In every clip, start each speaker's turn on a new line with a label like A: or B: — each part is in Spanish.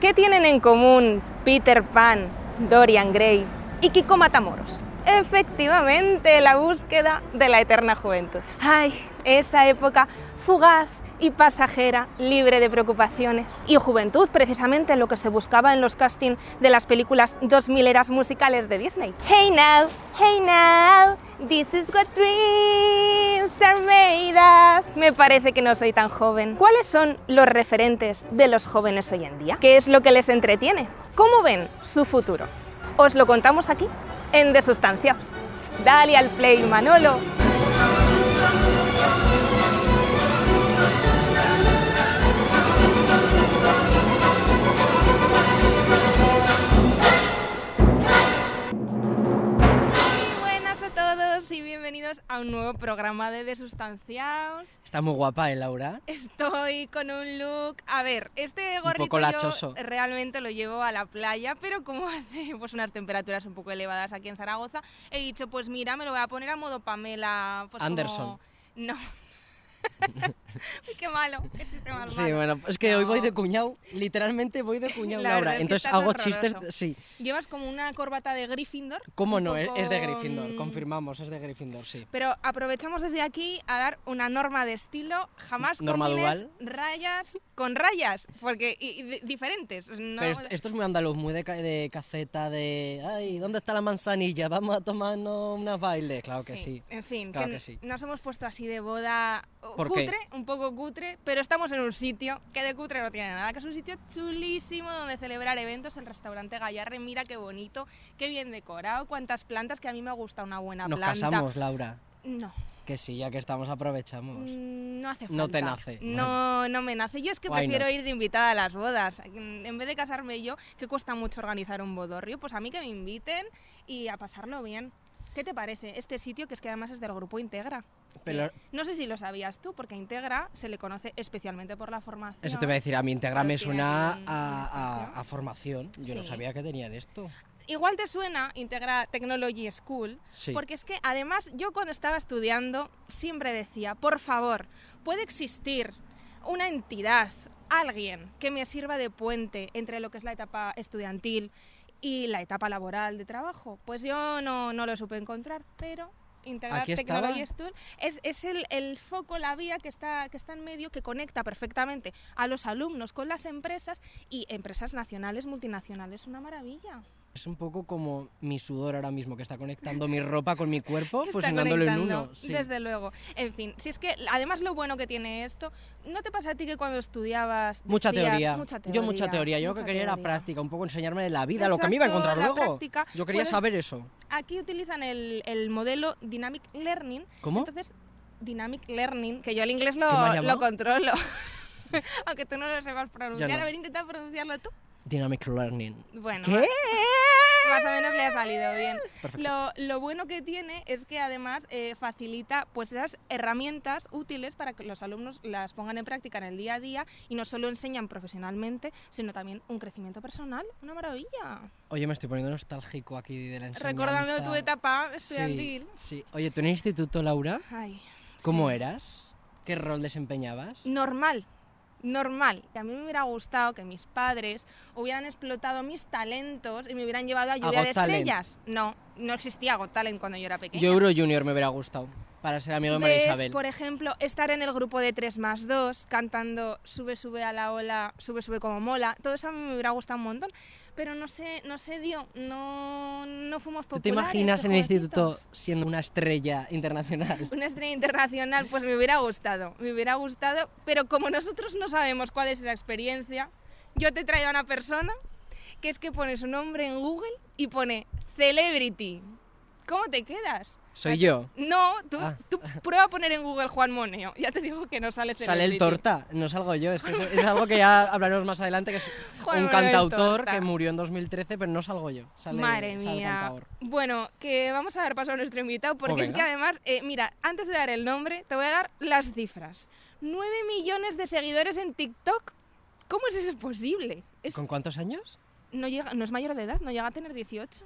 A: ¿Qué tienen en común Peter Pan, Dorian Gray y Kiko Matamoros? Efectivamente, la búsqueda de la eterna juventud. ¡Ay! Esa época fugaz y pasajera, libre de preocupaciones. Y juventud, precisamente lo que se buscaba en los castings de las películas 2000 eras musicales de Disney. Hey now, hey now, this is what dreams are made of. Me parece que no soy tan joven. ¿Cuáles son los referentes de los jóvenes hoy en día? ¿Qué es lo que les entretiene? ¿Cómo ven su futuro? Os lo contamos aquí, en De Sustanciaos. Dale al play, Manolo. y bienvenidos a un nuevo programa de Desustanciados.
B: Está muy guapa, ¿eh, Laura?
A: Estoy con un look... A ver, este gorrito
B: un poco lachoso.
A: Yo realmente lo llevo a la playa, pero como hace pues, unas temperaturas un poco elevadas aquí en Zaragoza, he dicho, pues mira, me lo voy a poner a modo Pamela... Pues,
B: Anderson.
A: Como... No. Uy, qué malo, qué chiste mal
B: Sí,
A: malo.
B: bueno, es que hoy
A: No.
B: voy de cuñado, literalmente voy de cuñado,
A: La verdad
B: Laura.
A: es que
B: Entonces
A: estás
B: hago
A: horroroso.
B: chistes, sí.
A: Llevas como una corbata de Gryffindor.
B: ¿Cómo
A: un
B: no? Es- Es de
A: poco,
B: Gryffindor,
A: mm,
B: confirmamos, es de Gryffindor, sí.
A: Pero aprovechamos desde aquí a dar una norma de estilo. Jamás
B: Norma
A: combines
B: dual.
A: rayas con rayas, porque y- y di- diferentes. No,
B: Pero est- esto es muy andaluz, muy de, ca- de caceta, de... Ay, ¿dónde está la manzanilla? Vamos a tomarnos unas bailes. Claro que sí.
A: En fin,
B: Claro
A: que,
B: que
A: n-
B: sí.
A: nos hemos puesto así de boda o
B: ¿Por qué?
A: cutre, un poco cutre, pero estamos en un sitio que de cutre no tiene nada, que es un sitio chulísimo donde celebrar eventos, el restaurante Gallarre, mira qué bonito, qué bien decorado, cuántas plantas, que a mí me gusta una buena
B: Nos
A: planta.
B: casamos, Laura.
A: No,
B: Que sí, ya que estamos, aprovechamos.
A: mm, no hace falta.
B: No te nace,
A: No, no me nace. Yo es que
B: Why
A: prefiero
B: not?
A: ir de invitada a las bodas. Mm, En vez de casarme yo, que cuesta mucho organizar un bodorrio, pues a mí que me inviten y a pasarlo bien. ¿Qué te parece este sitio que es que además es del grupo Integra?
B: Pero
A: No sé si lo sabías tú, porque a Integra se le conoce especialmente por la formación.
B: eso te voy a decir, a mi Integra
A: Pero
B: me
A: tiene
B: suena
A: un-
B: a, a-
A: una
B: a formación. Yo no
A: Sí.
B: sabía que tenían esto.
A: Igual te suena Integra Technology School,
B: Sí.
A: porque es que además yo cuando estaba estudiando siempre decía, por favor, puede existir una entidad, alguien que me sirva de puente entre lo que es la etapa estudiantil y la etapa laboral de trabajo. Pues yo no, no lo supe encontrar, pero Integra
B: Aquí estaba.
A: Technology School es, es el, el foco, la vía que está, que está en medio, que conecta perfectamente a los alumnos con las empresas y empresas nacionales, multinacionales, una maravilla.
B: Es un poco como mi sudor ahora mismo, que está conectando mi ropa con mi cuerpo,
A: Está
B: fusionándolo Oh, pues en
A: conectando,
B: uno. Sí.
A: Desde luego. En fin, si es que además lo bueno que tiene esto, ¿no te pasa a ti que cuando estudiabas
B: Mucha
A: decías,
B: teoría.
A: mucha
B: Yo mucha teoría. Yo lo que
A: mucha
B: quería era
A: teoría"?
B: práctica, un poco enseñarme de la vida, lo que me iba a
A: Exacto,
B: encontrar
A: la
B: luego.
A: práctica.
B: Yo quería
A: Pues-
B: saber eso.
A: Aquí utilizan el, el modelo Dynamic Learning.
B: ¿Cómo?
A: Entonces, Dynamic Learning, que yo el inglés
B: ¿Qué me has
A: lo,
B: llamado?
A: lo controlo. Aunque tú no lo sepas pronunciar,
B: Ya no.
A: a ver, intenta pronunciarlo tú.
B: Dynamic Learning.
A: Bueno,
B: ¿Qué?
A: más o menos le ha salido bien.
B: Perfecto.
A: Lo, lo bueno que tiene es que además eh, facilita pues esas herramientas útiles para que los alumnos las pongan en práctica en el día a día y no solo enseñan profesionalmente, sino también un crecimiento personal. Una maravilla.
B: Oye, me estoy poniendo nostálgico aquí de la enseñanza.
A: Recordando tu etapa
B: Sí,
A: estudiantil.
B: sí. Oye, ¿tú en el instituto, Laura?
A: Ay,
B: ¿Cómo
A: sí.
B: eras? ¿Qué rol desempeñabas?
A: Normal. Normal. Que a mí me hubiera gustado que mis padres hubieran explotado mis talentos y me hubieran llevado a lluvia
B: Got
A: de
B: Talent.
A: estrellas. No, no existía Got Talent cuando yo era pequeña.
B: Yo Euro Junior me hubiera gustado, para ser amigo de María
A: ¿Ves,
B: Isabel.
A: por ejemplo, estar en el grupo de 3 más 2 cantando Sube, sube a la ola, sube, sube como mola. Todo eso a mí me hubiera gustado un montón, pero no se, no se dio, no, no fuimos
B: ¿Tú
A: populares.
B: te imaginas
A: los
B: en el instituto
A: jovencitos.
B: siendo una estrella internacional?
A: Una estrella internacional, pues me hubiera gustado, me hubiera gustado, pero como nosotros no sabemos cuál es esa experiencia, yo te traigo a una persona que es que pone su nombre en Google y pone Celebrity. ¿Cómo te quedas?
B: Soy yo.
A: No, tú,
B: Ah.
A: tú prueba a poner en Google Juan Moneo. Ya te digo que no sale
B: Sale el
A: Celebrity.
B: torta, no salgo yo. Es, que eso- es algo que ya hablaremos más adelante, que es
A: Juan
B: un
A: Manuel
B: cantautor
A: Torta.
B: que murió en 2013, pero no salgo yo. Sale,
A: Madre
B: sale el
A: mía.
B: cantador.
A: Bueno, que vamos a dar paso a nuestro invitado porque
B: Pues
A: es que
B: venga.
A: además, eh, mira, antes de dar el nombre, te voy a dar las cifras. 9 millones de seguidores en TikTok. ¿Cómo es eso posible? Es-
B: ¿Con cuántos años?
A: no, llega, no es mayor de edad, no llega a tener 18.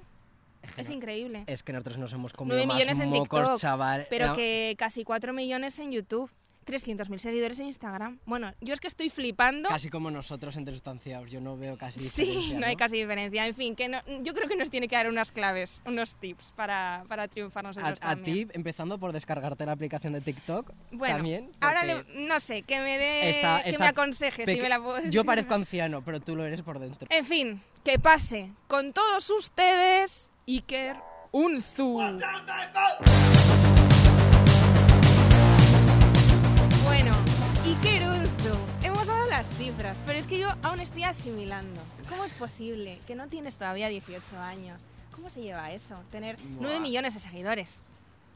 B: que
A: Es
B: no-
A: increíble.
B: Es que nosotros nos hemos comido
A: Nueve
B: Eh, más
A: millones en
B: mocos,
A: TikTok,
B: chaval.
A: Pero
B: No,
A: que casi 4 millones en YouTube. 300.000 seguidores en Instagram. Bueno, yo es que estoy flipando.
B: Casi como nosotros entre sustanciados, yo no veo casi
A: Sí,
B: diferencia,
A: no hay casi diferencia. En fin, que no- yo creo que nos tiene que dar unas claves, unos tips para, para triunfar
B: A,
A: nosotros
B: a
A: también.
B: ti, empbiendo por descargarte la aplicación de TikTok,
A: Bueno,
B: también.
A: ahora
B: porque
A: le- no sé, que me dé,
B: está-
A: que
B: está
A: me aconseje si
B: peque-
A: me la puedo
B: Yo parezco anciano, pero tú lo eres por dentro.
A: En fin, que pase con todos ustedes Iker Unzu. Bueno, Iker Unzu, hemos dado las cifras, pero es que yo aún estoy asimilando. ¿Cómo es posible que no tienes todavía 18 años? ¿Cómo se lleva eso? Tener 9
C: Buah.
A: millones de seguidores.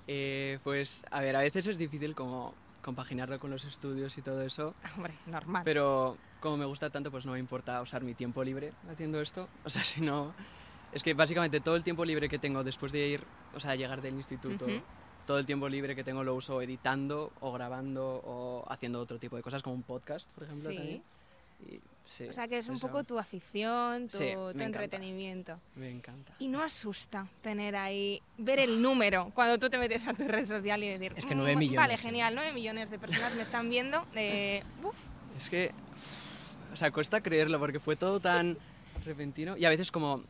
C: Eh, pues, a ver, a veces es difícil como compaginarlo con los estudios y todo eso,
A: Hombre, normal.
C: pero como me gusta tanto, pues no me importa usar mi tiempo libre haciendo esto. O sea, si no... Es que básicamente todo el tiempo libre que tengo después de ir, o sea, llegar del instituto,
A: Ujú.
C: todo el tiempo libre que tengo lo uso editando o grabando o haciendo otro tipo de cosas, como un podcast, por ejemplo,
A: Sí.
C: también. Y, sí,
A: o sea que es un
C: eso
A: poco tu afición, tu,
C: Sí, me
A: tu
C: encanta.
A: entretenimiento.
C: Me encanta.
A: Y no asusta tener ahí, ver el número cuando tú te metes a tu red social y decir...
B: Es que
A: "Mm,
B: nueve millones,
A: Vale,
B: ¿eh?
A: genial, 9 millones de personas me están viendo. eh, uf,
C: Es que, o sea, cuesta creerlo porque fue todo tan repentino y a veces como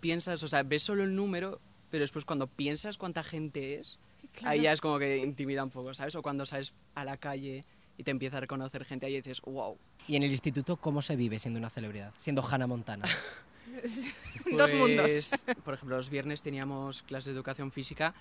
C: piensas, o sea, ves solo el número, pero después cuando piensas cuánta gente es,
A: claro.
C: ahí ya es como que intimida un poco, ¿sabes? O cuando sales a la calle y te empieza a reconocer gente, ahí dices, wow.
B: Y en el instituto, ¿cómo se vive siendo una celebridad? Siendo Hannah Montana.
A: Dos mundos.
C: Pues, Por ejemplo, los viernes teníamos clase de educación física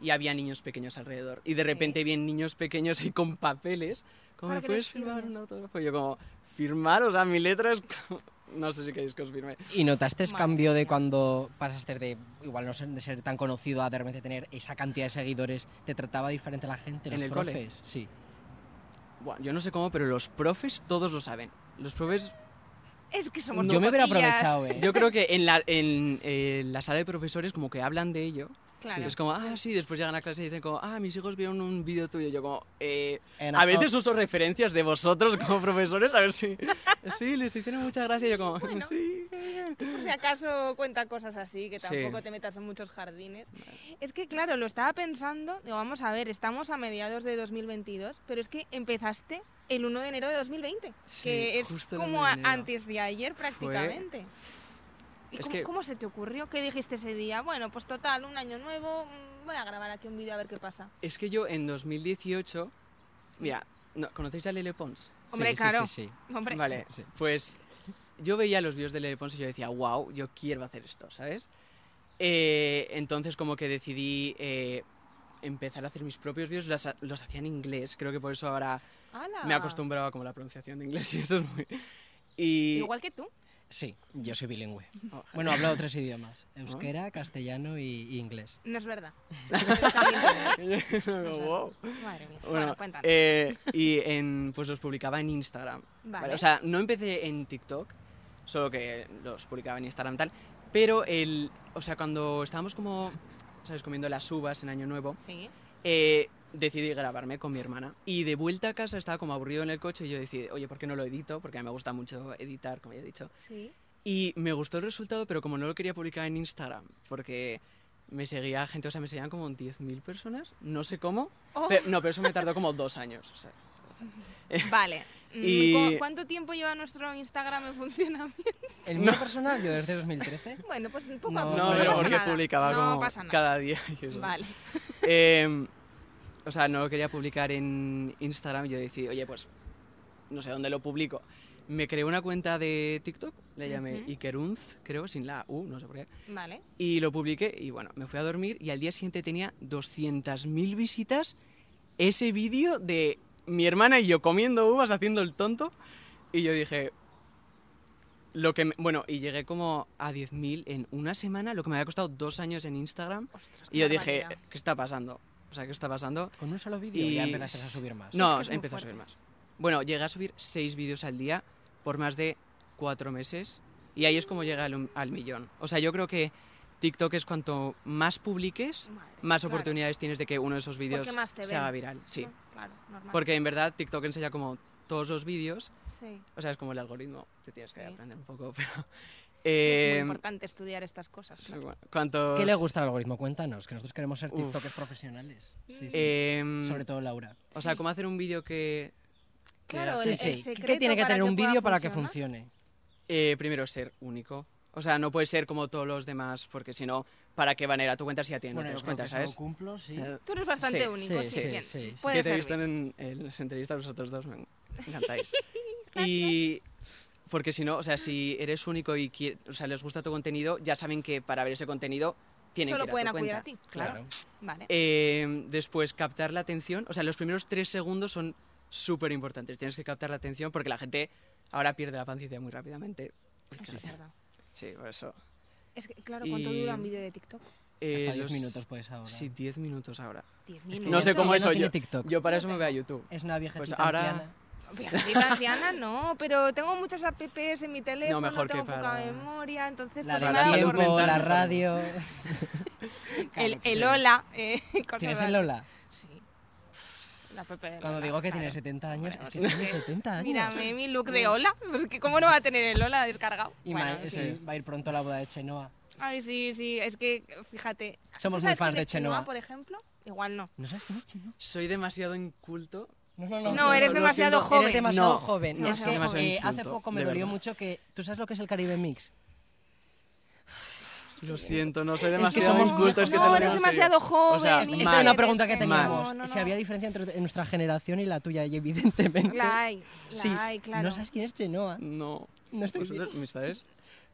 C: y había niños pequeños alrededor. Y de
A: Sí.
C: repente vienen niños pequeños ahí con papeles. ¿Cómo
A: Para
C: me
A: que
C: puedes
A: les
C: firmar un
A: firmes.
C: autógrafo? Y Yo como, firmar, o sea, mi letra es... como- No sé si queréis que os firme.
B: ¿Y notaste
A: Madre
B: cambio de
A: mía.
B: cuando pasaste de, igual no ser, de ser tan conocido a de repente tener esa cantidad de seguidores? ¿Te trataba diferente la gente,
C: ¿En
B: los
C: el cole?
B: profes? Sí.
C: Buah, yo no sé cómo, pero los profes todos lo saben. Los profes,
A: Es que somos
B: Yo me hubiera
A: cocotillas.
B: aprovechado, ¿eh?
C: yo creo que en la, en, eh, la sala de profesores como que hablan de ello.
A: Claro.
C: Es como, ah, sí, después llegan a clase y dicen como, ah, mis hijos vieron un vídeo tuyo. Yo como, eh,
B: En-
C: a veces uso referencias de vosotros como profesores, a ver si... Sí, les hicieron mucha gracia. Yo como,
A: Bueno.
C: sí.
A: Por si acaso cuenta cosas así, que
C: Sí.
A: tampoco te metas en muchos jardines. Es que, claro, lo estaba pensando, digo, vamos a ver, estamos a mediados de 2022, pero es que empezaste el 1 de enero de 2020,
C: Sí,
A: que es
C: justo el 1 de
A: como a-
C: enero.
A: antes de ayer prácticamente. ¿Y
C: Es
A: cómo,
C: que-
A: cómo se te ocurrió? ¿Qué dijiste ese día? Bueno, pues total, un año nuevo, mm, voy a grabar aquí un vídeo a ver qué pasa.
C: Es que yo en 2018, mira, no, ¿conocéis a Lele
B: Sí,
C: Pons?
A: Hombre,
B: sí,
A: claro.
B: sí, sí.
A: Hombre,
C: Vale,
B: Sí.
C: pues yo veía los vídeos de Lele Pons y yo decía, wow, yo quiero hacer esto, ¿sabes? Eh, entonces como que decidí eh, empezar a hacer mis propios vídeos, las ha- los hacía en inglés, creo que por eso ahora
A: ¡Hala!
C: me he acostumbrado a como la pronunciación de inglés y eso es muy... Y...
A: Igual que tú.
B: Sí, yo soy bilingüe.
C: Oh, ¿Ah?
B: Bueno, hablo tres idiomas. Euskera, castellano y, y inglés.
A: No es verdad. Pero también tienes.
C: wow.
A: Madre mía. Bueno,
C: Bueno,
A: cuéntanos.
C: eh, y en, pues los publicaba en Instagram.
A: Vale.
C: O sea, no empecé en TikTok, solo que los publicaba en Instagram tal. Pero el, o sea, cuando estábamos como, sabes, comiendo las uvas en Año Nuevo,
A: Sí.
C: eh, decidí grabarme con mi hermana. Y de vuelta a casa estaba como aburrido en el coche y yo decidí, oye, ¿por qué no lo edito? Porque a mí me gusta mucho editar, como ya he dicho.
A: Sí.
C: Y me gustó el resultado, pero como no lo quería publicar en Instagram, porque me seguía gente, o sea, me seguían como 10.000 personas, no sé cómo.
A: Oh,
C: Pero- no, pero eso me tardó como dos años. o sea.
A: vale. Mm,
C: y-
A: ¿cu- ¿Cuánto tiempo lleva nuestro Instagram en funcionamiento?
B: El mío personal, yo desde 2013.
A: Bueno, pues poco a
B: No,
A: poco.
C: No,
B: no
C: pero
B: pasa
A: pasa
C: porque
A: nada.
C: publicaba
A: no
C: como
A: pasa nada.
C: cada día. y eso.
A: Vale.
C: Eh, o sea, no lo quería publicar en Instagram. Yo decidí, oye, pues no sé dónde lo publico. Me creé una cuenta de TikTok, le llamé
A: Ujú.
C: Ikerunz, creo, sin la U, no sé por qué.
A: Vale.
C: Y lo publiqué y bueno, me fui a dormir y al día siguiente tenía 200.000 visitas ese vídeo de mi hermana y yo comiendo uvas haciendo el tonto y yo dije lo que me- bueno, y llegué como a 10.000 en una semana, lo que me había costado dos años en Instagram
A: Ostras, qué
C: y yo dije,
A: barbaridad.
C: ¿qué está pasando? O sea, ¿qué está pasando?
B: Con un solo vídeo
C: Y-
B: ya empezaste a subir más.
C: No,
A: que es muy
C: empecé a
A: fuerte.
C: subir más. Bueno, llegué a subir seis vídeos al día por más de cuatro meses y ahí es como llegué al, al millón. O sea, yo creo que TikTok es cuanto más publiques,
A: Madre,
C: más
A: claro.
C: oportunidades tienes de que uno de esos vídeos
A: más te
C: se haga
A: ven.
C: viral. Sí,
A: No, claro, normal.
C: porque en verdad TikTok enseña como todos los vídeos,
A: Sí.
C: o sea, es como el algoritmo, te tienes que
A: Sí.
C: aprender un poco, pero
A: Es
C: Eh,
A: muy importante estudiar estas cosas. claro.
C: bueno, ¿Cuántos?
B: ¿Qué le gusta al algoritmo? Cuéntanos, que nosotros queremos ser
C: Uf.
B: TikTokers profesionales. Sí, sí.
C: Em,
B: Sobre todo Laura.
C: O sea, ¿cómo hacer un vídeo que... que
A: Claro,
C: haga
B: Sí,
A: el
B: sí. ¿Qué- ¿Qué
A: secreto
B: tiene que
A: para
B: tener
A: que
B: un
A: pueda
B: vídeo para que
A: funcionar?
B: funcione?
C: Eh, primero, ser único. O sea, no puedes ser como todos los demás, porque si no, ¿para qué van a ir a tu cuenta si ya tienen
B: Bueno, yo
C: otras
B: creo que
C: cuentas,
B: eso lo
C: ¿sabes?
B: cumplo, sí.
C: Eh,
A: Tú eres bastante
C: Sí,
A: único, sí,
B: sí, sí,
A: bien.
B: sí, sí.
A: Puede
C: que te he
A: servir.
C: visto en, en las entrevistas vosotros dos, me encantáis. y porque si no, o sea, si eres único y quie- o sea, les gusta tu contenido, ya saben que para ver ese contenido tienen
A: Solo
C: que ir
A: pueden
C: a tu
A: acudir
C: cuenta.
A: a ti.
B: Claro.
A: Vale.
C: Eh, después, captar la atención. O sea, los primeros tres segundos son súper importantes. Tienes que captar la atención porque la gente ahora pierde la paciencia muy rápidamente.
A: Eso es verdad.
C: Sí, por eso.
A: Es que, claro, ¿cuánto
C: Y-
A: dura un vídeo de TikTok?
C: Eh,
B: Hasta 10
C: los-
B: minutos pues ahora.
C: Sí, 10 minutos ahora.
A: Diez
B: Es que
A: mil.
C: No sé
B: Ella
C: cómo
B: no
C: eso.
B: tiene
C: yo,
B: TikTok.
C: yo para eso me voy a YouTube.
B: Es una viejecita
C: Pues ahora-
B: anciana.
A: Viejecita anciana no, pero tengo muchas apps en mi teléfono,
C: mejor que
A: tengo poca
C: para-
A: memoria, entonces
B: La
A: pues
C: de
A: nada,
B: del
C: salud
A: por-
B: tiempo,
C: mental
B: la
C: mejor.
B: radio.
A: el,
B: Claro que
A: el
B: sí.
A: hola, eh, cosas
B: ¿Tienes el
A: así.
B: Lola?
A: Sí. La app de
B: Cuando
A: Lola,
B: digo que
A: claro.
B: tienes 70 años,
A: Bueno,
B: es que
A: sí.
B: tienes 70 años.
A: Mírame mi look de hola, porque cómo no va a tener el hola descargado.
B: Y
A: Bueno,
B: ma-
A: en
B: sí,
A: fin.
B: va a ir pronto a la boda de Chenoa.
A: Ay, sí, sí, es que fíjate.
B: Somos
A: ¿Tú
B: muy
A: sabes
B: fans
A: quién
B: de
A: es Chenoa,
B: Chenoa.
A: por ejemplo? Igual no.
B: ¿No sabes quién es Chenoa?
C: Soy demasiado inculto.
B: No, no,
A: No, eres
C: lo
A: demasiado
C: siento.
A: joven.
B: Eres demasiado
C: No,
B: joven.
C: no,
B: es
C: soy
B: que
C: demasiado
B: eh, hace
C: inculto,
B: poco me
C: de
B: dolió
C: verdad.
B: mucho que. ¿Tú sabes lo que es el Caribe Mix?
C: Lo siento, no soy
B: que
C: demasiado
B: somos-
C: inculto. es que
A: no,
C: te lo
A: eres
C: digo en serio.
A: demasiado joven,
C: O sea,
A: eres
B: Esta
C: mal.
B: era una
A: Eres
B: pregunta que
A: Chenoa.
B: teníamos.
A: No, no,
B: Si
A: no.
B: había diferencia entre nuestra generación y la tuya, y evidentemente.
A: La hay, la
B: sí.
A: hay, claro.
B: No sabes quién es Chenoa.
C: No.
B: No estoy
C: ¿Vosotros, mis padres?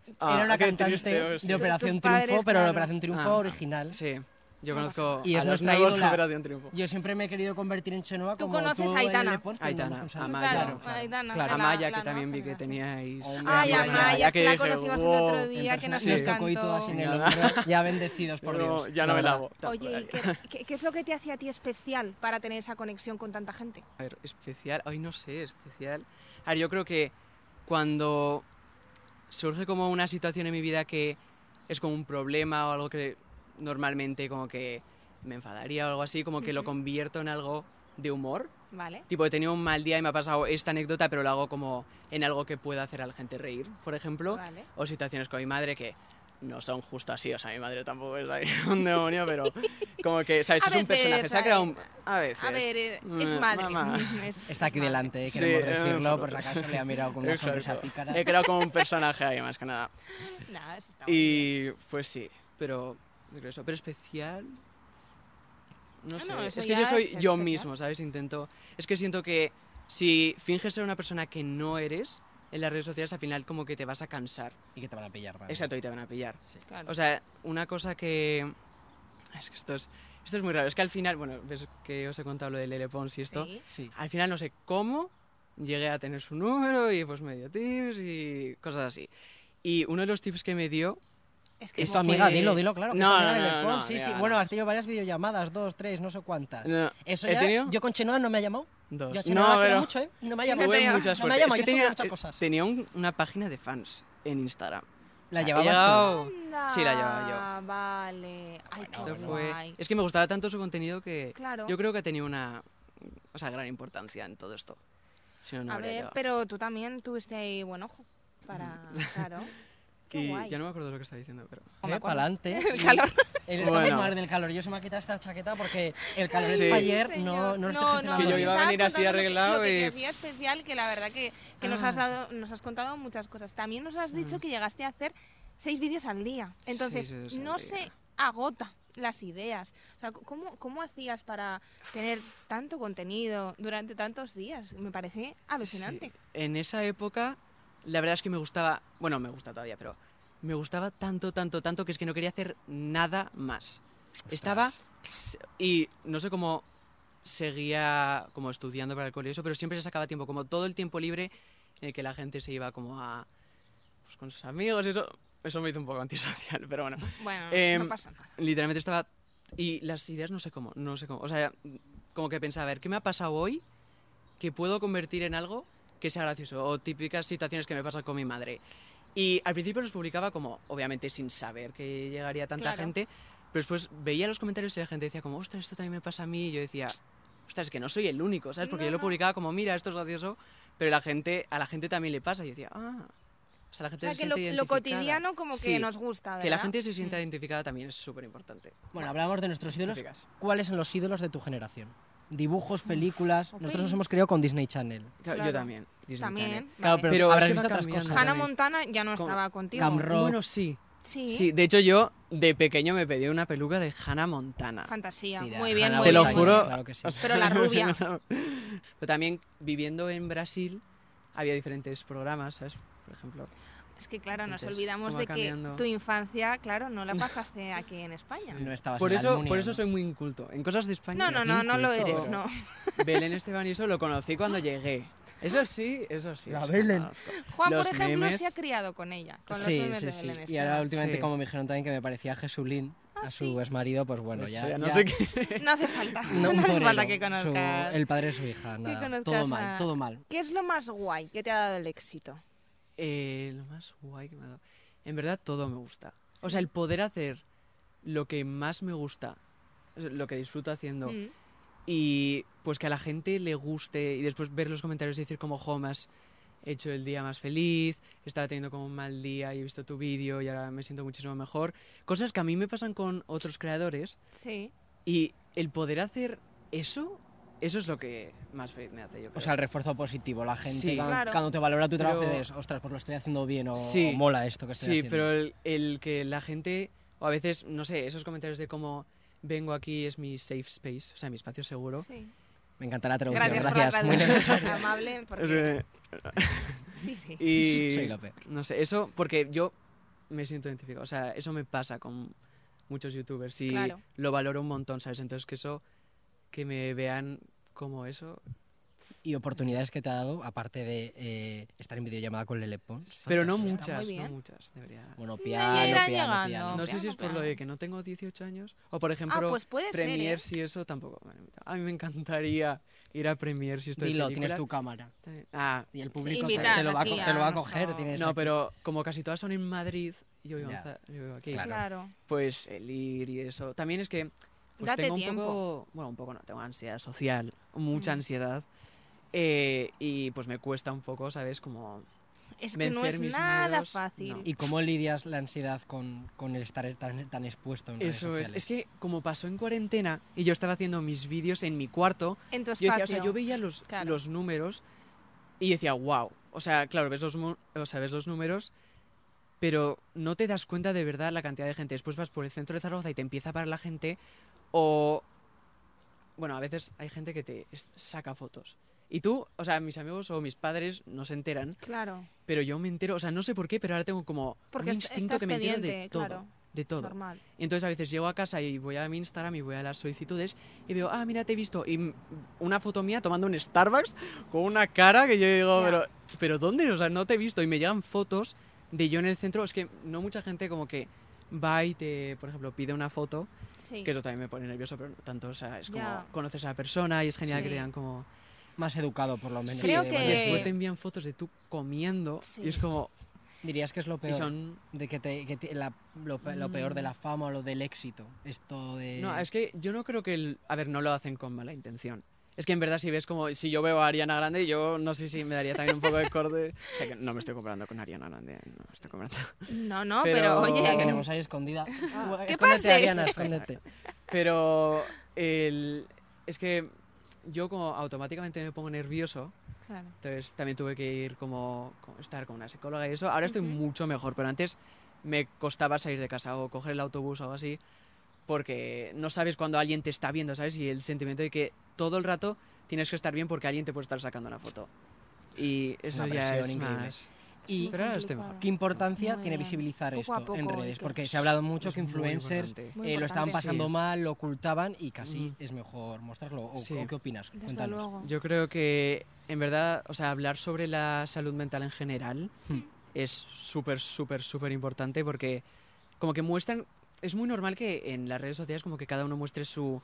B: Era una
C: Ah, qué
B: cantante
C: triste, oh, sí.
B: de Operación
A: Tus padres,
B: Triunfo, pero la
A: claro.
B: Operación Triunfo
C: Ah.
B: original.
C: Sí, yo
A: No
C: conozco
B: Y
C: a
B: es
C: los
B: nuestra
C: nuevos
B: ídola.
C: de Operación Triunfo.
B: Yo siempre me he querido convertir en Chenoa
A: Tú
B: como
A: conoces
B: tú,
A: a Aitana.
B: Elena Pons, pero
C: Aitana,
B: no, un saludo.
C: Amaya.
A: Claro,
B: Claro,
A: Aitana,
B: claro.
A: de la-
C: Amaya,
A: la
C: que también
A: nueva
C: vi que
A: generación.
C: teníais.
B: Hombre,
A: Ay,
B: Amaya,
A: Amaya, es que la
C: dije,
A: conocimos
C: "Wow".
A: el otro día, que nos
C: Sí.
B: nos
C: encanta.
B: tocó y todas en el hombro, ya bendecidos por
C: No,
B: Dios.
C: ya
B: la
C: no me
B: verdad.
C: lavo.
A: Oye, ¿y qué, qué- qué es lo que te hace a ti especial para tener esa conexión con tanta gente?
C: A ver, especial. Ay, no sé, especial. A ver, yo creo que cuando surge como una situación en mi vida que es como un problema o algo que normalmente como que me enfadaría o algo así, como que lo
A: Ujú.
C: convierto en algo de humor.
A: ¿Vale?
C: Tipo, he tenido un mal día y me ha pasado esta anécdota, pero lo hago como en algo que pueda hacer a la gente reír, por ejemplo.
A: Vale.
C: O situaciones con mi madre que no son justo así. O sea, mi madre tampoco es ahí un demonio, pero como que, ¿sabes?
A: A
C: es un
A: veces,
C: personaje. Se ha
A: a-
C: creado un... A veces.
A: A ver, eh, es
C: Eh,
A: madre.
C: mamá.
A: Es-
B: Está aquí
A: es madre.
B: delante, eh,
C: Sí,
B: queremos
C: eh,
B: decirlo, por
C: absoluto.
B: si acaso le ha mirado con una
C: Exacto. Eh,
B: sonrisa pícara.
C: He creado como un personaje ahí, más que nada.
A: Nada, eso está muy bien.
C: Y pues sí, pero yo creo eso, pero especial. No
A: Ah,
C: sé,
A: no,
C: es
A: eso
C: que
A: ya
C: yo soy
A: es
C: yo
A: especial.
C: mismo, ¿sabes? Intento. Es que siento que si finges ser una persona que no eres en las redes sociales, al final como que te vas a cansar.
B: Y que te van a pillar también.
C: Exacto, y te van a pillar.
A: Claro.
C: O sea, una cosa que. Es que esto es, esto es muy raro. Es que al final, bueno, ves que os he contado lo de Lele Pons y esto.
A: Sí.
B: Sí.
C: Al final no sé cómo llegué a tener su número y pues me dio tips y cosas así. Y uno de los tips que me dio
A: Es que
B: Es
C: Esto
B: tu
A: como-
C: a mí-
B: amiga,
C: fue-
B: dilo, dilo, claro. que es
C: No,
B: tu amiga
C: no,
B: del
C: no,
B: Lepón,
C: no,
B: sí,
C: amiga,
B: sí.
C: no.
B: Bueno, has tenido varias videollamadas, dos, tres, no sé cuántas.
C: No,
B: Eso
C: he
B: ya,
C: tenido
B: yo con Chenoa no me ha llamado.
C: dos.
B: Yo a Chenoa la quiero
C: pero
B: mucho, ¿eh? Y No me ha llamado.
C: tuve
A: tenía-
C: mucha
B: no
C: suerte.
B: me ha llamado,
C: Es
B: yo
C: que
B: sé
C: tenía,
B: muchas
C: eh,
B: cosas.
C: tenía un- una página de fans en Instagram.
B: La
C: He
B: llevabas tú.
C: llegado-
A: Anda,
C: Sí, la llevaba yo.
A: Vale. Ay,
B: Ah,
A: qué
C: Esto
A: guay.
C: fue... Es que me gustaba tanto su contenido que
A: Claro.
C: yo creo que ha tenido una o sea, gran importancia en todo esto. Si no, no
A: A
C: habría
A: ver,
C: llegado.
A: pero tú también tuviste ahí buen ojo para... Claro. Qué
C: y
A: guay.
C: ya no me acuerdo lo que estaba diciendo, pero...
A: me acuerdo.
B: adelante.
A: El calor.
B: El,
C: Bueno.
B: Estamos mal del calor. Yo se me ha quitado esta chaqueta porque el calor
C: Sí.
B: de ayer
A: Señor.
B: no, no nos dejaste nada.
C: Que yo iba a
A: Estabas
C: venir así
A: contando lo que-
C: arreglado
A: lo que te
C: y- Ah.
A: hacía especial, que la verdad que, que nos, has dado, nos has contado muchas cosas. También nos has dicho que llegaste a hacer seis vídeos al día. Entonces,
C: Mm. Seis vídeos al
A: no
C: día.
A: se agota las ideas. O sea, ¿cómo, ¿Cómo hacías para tener tanto contenido durante tantos días? Me parece alucinante.
C: Sí. En esa época, la verdad es que me gustaba, bueno, me gusta todavía, pero me gustaba tanto, tanto, tanto que es que no quería hacer nada más. Estaba se- y no sé cómo seguía como estudiando para el colegio, pero siempre se sacaba tiempo, como todo el tiempo libre en el que la gente se iba como a pues, con sus amigos, eso eso me hizo un poco antisocial, pero bueno.
A: Bueno, no
C: Em,
A: pasa nada.
C: Literalmente estaba. Y las ideas no sé cómo, no sé cómo. O sea, como que pensaba, a ver, ¿qué me ha pasado hoy que puedo convertir en algo que sea gracioso? O típicas situaciones que me pasan con mi madre. Y al principio los publicaba como, obviamente, sin saber que llegaría tanta
A: Claro.
C: gente. Pero después veía los comentarios y la gente decía como, ostras, esto también me pasa a mí. Y yo decía, ostras, es que no soy el único, ¿sabes? Porque
A: No,
C: yo lo
A: no.
C: publicaba como, mira, esto es gracioso. Pero la gente, a la gente también le pasa. Y yo decía, ah, O sea, la
A: O
C: gente
A: sea,
C: se
A: que lo,
C: siente
A: lo
C: identificada.
A: cotidiano como que
C: Sí,
A: nos gusta, ¿verdad?
C: Que la gente se
A: Mm.
C: sienta identificada también es súper importante.
B: Bueno, hablamos de nuestros ídolos.
C: Típicas.
B: ¿Cuáles son los ídolos de tu generación? Dibujos, películas.
A: o
B: Nosotros nos
A: pelis.
B: hemos criado con Disney Channel.
C: Claro,
A: Claro.
C: Yo también. Disney
A: También,
C: Channel.
A: Claro, vale. pero
C: habrás
B: es que
C: visto
B: va
C: otras
B: cambiando.
C: cosas.
A: Hannah Montana ya no
C: Con-
A: estaba contigo.
B: Cam Rock.
C: Bueno, sí.
A: Sí.
C: Sí, de hecho yo de pequeño me pedí una peluca de Hannah Montana.
A: Fantasía.
B: Tira,
A: muy bien,
B: Hannah
A: muy
C: Te lo
A: bien.
B: Montana,
C: juro.
B: Claro que sí.
C: O sea,
A: Pero la rubia.
C: Pero también viviendo en Brasil había diferentes programas, ¿sabes? Por ejemplo.
A: Es que claro, nos
C: Entonces,
A: olvidamos
C: ¿cómo
A: de
C: va
A: que
C: cambiando?
A: tu infancia, claro, no la pasaste aquí en España.
B: No estabas
C: Por
B: en la
C: eso,
B: Almunia,
C: por eso
B: ¿no?
C: soy muy inculto. En cosas de España.
A: No, no, no, no lo eres, no.
C: Belén Esteban y eso lo conocí cuando llegué. Eso sí, eso sí.
B: La
C: eso
B: Belén.
C: lo conozco.
A: Juan, por
C: Los
A: ejemplo,
C: memes-
A: se ha criado con ella, con los
B: sí,
A: memes
B: sí,
A: de
B: sí.
A: Belén
B: Y
A: Esteban.
B: ahora últimamente,
C: Sí.
B: como me dijeron también que me parecía a Jesulín,
A: Ah,
B: a su
A: sí.
B: exmarido, pues bueno,
C: Eso
B: ya.
C: ya no
B: ya-
C: sé qué.
A: No hace falta,
B: No,
A: no, hace
B: por
A: falta
B: ello.
A: que
B: Su-
A: conozcas.
B: el padre de su hija, nada.
A: conozcas
B: Todo
A: a-
B: mal, todo mal.
A: ¿Qué es lo más guay que te ha dado el éxito?
C: Eh, lo más guay que me ha dado. En verdad todo me gusta. O sea, el poder hacer lo que más me gusta, lo que disfruto haciendo,
A: Mm.
C: y pues que a la gente le guste y después ver los comentarios y decir como jo, me has hecho el día más feliz, estaba teniendo como un mal día y he visto tu vídeo y ahora me siento muchísimo mejor. Cosas que a mí me pasan con otros creadores
A: Sí.
C: y el poder hacer eso, eso es lo que más feliz me hace yo.
B: O
C: creo.
B: sea, el refuerzo positivo. La gente
C: Sí.
B: cuando,
A: Claro.
B: cuando te valora tu trabajo
C: Pero-
B: dices, ostras, pues lo estoy haciendo bien o,
C: Sí.
B: o mola esto que estoy
C: Sí,
B: haciendo.
C: pero el, el que la gente, o a veces, no sé, esos comentarios de cómo vengo aquí es mi safe space, o sea, mi espacio seguro.
A: sí.
B: Me encanta la traducción.
A: Gracias,
B: Gracias.
A: por
B: Muy
A: la
B: bien.
A: traducción tan amable. Porque...
C: Eh,
A: Sí, sí.
C: Y
B: Soy Lope.
C: no sé, eso porque yo me siento identificado, o sea, eso me pasa con muchos youtubers y
A: Claro.
C: lo valoro un montón, ¿sabes? Entonces que eso, que me vean como eso.
B: Y oportunidades que te ha dado, aparte de eh, estar en videollamada con Lele Pons.
C: Pero
B: Fantástico.
C: no
A: muy
C: muchas, no
A: bien.
C: muchas, debería.
B: Bueno, piano,
A: irán
B: piano, piano,
A: llegando.
C: No
A: Hombre,
C: sé si
A: no,
C: es por lo
A: claro.
C: de que no tengo 18 años. O por
A: Ah,
C: ejemplo,
A: pues puede ser. ¿eh?
C: Premiere, si eso tampoco. Bueno, a mí me encantaría ir a Premiere si estoy de
B: Dilo, tienes
C: películas.
B: tu cámara.
C: También- Ah,
B: Y el público te,
A: invitad
B: te lo va a,
A: aquí
B: co-
A: a
B: te lo va a
A: nuestro-
B: coger. Tienes
C: no,
B: aquí-
C: pero como casi todas son en Madrid, y yo vivo, en
B: Ya.
C: Za- yo vivo aquí.
B: Claro.
A: Claro.
C: Pues el ir y eso. También es que pues
A: Date
C: tengo un
A: tiempo.
C: poco, bueno, un poco no, tengo ansiedad social, mucha
A: Mm.
C: ansiedad. eh, y pues me cuesta un poco, ¿sabes? Como
A: Es que no
C: Vencer
A: es
C: mis
A: nada
C: miedos,
A: fácil.
C: no.
B: ¿Y cómo lidias la ansiedad con, con el estar tan, tan expuesto en redes
C: eso es.
B: sociales?
C: Es que como pasó en cuarentena y yo estaba haciendo mis vídeos en mi cuarto,
A: En tu
C: yo
A: espacio.
C: decía, o sea, yo veía los,
A: Claro.
C: los números y decía, wow. O sea, claro, ves los, mu- o sea, ves los números, pero no te das cuenta de verdad la cantidad de gente. Después vas por el centro de Zaragoza y te empieza a parar la gente. O, bueno, a veces hay gente que te es- saca fotos. Y tú, o sea, mis amigos o mis padres no se enteran,
A: Claro,
C: pero yo me entero, o sea, no sé por qué, pero ahora tengo como
A: Porque
C: un
A: est-
C: instinto
A: estás
C: que me entero de
A: pendiente,
C: todo,
A: claro.
C: de todo.
A: normal.
C: Y entonces a veces llego a casa y voy a mi Instagram y voy a las solicitudes y veo, ah, mira, te he visto. Y m- una foto mía tomando un Starbucks con una cara que yo digo,
A: Ya.
C: pero, pero ¿dónde? O sea, no te he visto. Y me llegan fotos de yo en el centro. Es que no mucha gente como que va y te, por ejemplo, pide una foto,
A: Sí.
C: que eso también me pone nervioso, pero no tanto, o sea, es como
A: Ya.
C: conoces a la persona y es genial
A: Sí.
C: que te dan como...
B: Más educado, por lo menos.
A: Sí. Creo
B: de
A: que-
B: manera-
C: Después te envían fotos de tú comiendo
A: Sí.
C: y es como...
B: Dirías que es lo
C: Y
B: peor.
C: son
B: De que, te, que te- la- lo, pe- lo peor de la fama o lo del éxito. Esto de.
C: No, es que yo no creo que el... A ver, no lo hacen con mala intención. Es que en verdad si ves como... Si yo veo a Ariana Grande, yo no sé si me daría también un poco de corde. O sea, que no me estoy comparando con Ariana Grande. eh, No me estoy comparando.
A: No, no, pero,
C: Pero-
B: La que
A: oye,
B: tenemos ahí escondida. escóndete,
A: Ah, pase?
B: Ariana, escóndete.
C: Pero el... Es que yo como automáticamente me pongo nervioso.
A: Claro.
C: Entonces también tuve que ir como... como estar con una psicóloga y eso. Ahora estoy
A: Ujú.
C: mucho mejor, pero antes me costaba salir de casa o coger el autobús o algo así. Porque no sabes cuando alguien te está viendo, ¿sabes? Y el sentimiento de que todo el rato tienes que estar bien porque alguien te puede estar sacando una foto. Y
B: Es
C: eso
B: una
C: ya
B: presión
C: es
B: increíble.
C: más...
B: Y-
A: muy
C: Pero ahora estoy mejor.
A: complicado.
B: ¿Qué importancia
A: Muy
B: tiene
A: bien.
B: visibilizar
A: Poco a
B: esto en
A: poco hay
B: redes?
A: que-
B: Porque se ha hablado mucho
C: Es
B: que
C: muy
B: influencers
C: importante.
A: Muy
B: eh, lo estaban
A: importante.
B: pasando
C: Sí.
B: mal, lo ocultaban y casi
C: Mm.
B: es mejor mostrarlo. ¿O,
C: Sí.
B: o qué opinas?
A: Desde
B: Cuéntanos.
A: luego.
C: Yo creo que, en verdad, o sea, hablar sobre la salud mental en general
B: Hmm.
C: es súper, súper, súper importante porque como que muestran... Es muy normal que en las redes sociales como que cada uno muestre su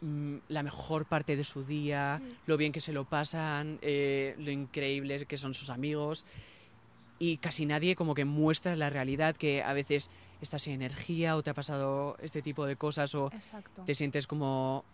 A: Mm.
C: mm, la mejor parte de su día,
A: Mm.
C: lo bien que se lo pasan, eh, lo increíbles que son sus amigos y casi nadie como que muestra la realidad que a veces estás sin energía o te ha pasado este tipo de cosas o
A: Exacto.
C: te sientes como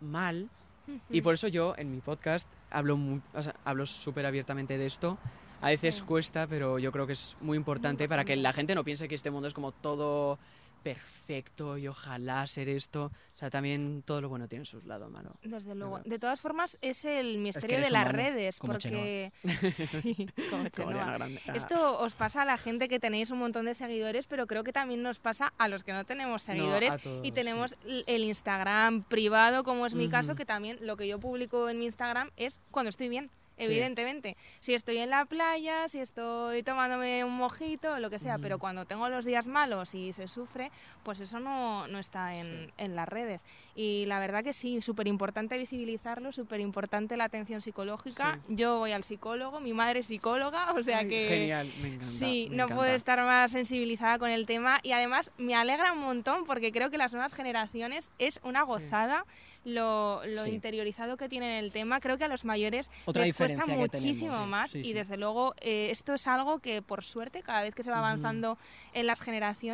C: mal
A: Ujú. Mm.
C: y por eso yo en mi podcast hablo mu- o sea, hablo súper abiertamente de esto, A veces cuesta, pero yo creo que es muy importante para que la gente no piense que este mundo es como todo perfecto y ojalá ser esto. O sea, también todo lo bueno tiene sus lados, mano.
A: Desde
C: luego.
A: luego.
C: verdad.
A: De todas formas, es el misterio
B: eres
A: de las
B: humano,
A: redes,
B: como
A: porque... Sí, como
C: Como
A: Chenoa.
C: Ariana Grande. Ah.
A: Esto os pasa a la gente que tenéis un montón de seguidores, pero creo que también nos pasa a los que no tenemos
C: No, a
A: seguidores
C: todos,
A: y
C: sí.
A: tenemos l- el Instagram privado, como es mi caso,
C: Ujú.
A: que también lo que yo publico en mi Instagram es cuando estoy bien,
C: Sí.
A: evidentemente. Si estoy en la playa, si estoy tomándome un mojito, lo que sea, pero
C: Ujú.
A: cuando tengo los días malos y se sufre, pues eso no, no está en,
C: Sí.
A: en las redes. Y la verdad que sí, súper importante visibilizarlo, súper importante la atención psicológica. Yo voy al psicólogo, mi madre es psicóloga, o sea
C: Ay,
A: que...
C: Genial, me encanta.
A: Sí,
C: me
A: no puedo
C: encanta.
A: estar más sensibilizada con el tema y además me alegra un montón porque creo que las nuevas generaciones es una gozada lo, lo
B: Sí.
A: interiorizado que tienen el tema. Creo que a los mayores
B: Otra
A: les cuesta
B: diferencia que tenemos,
A: muchísimo
B: sí,
A: más
B: sí,
A: y
B: sí.
A: desde luego eh, esto es algo que por suerte cada vez que se va
C: Ujú.
A: avanzando en las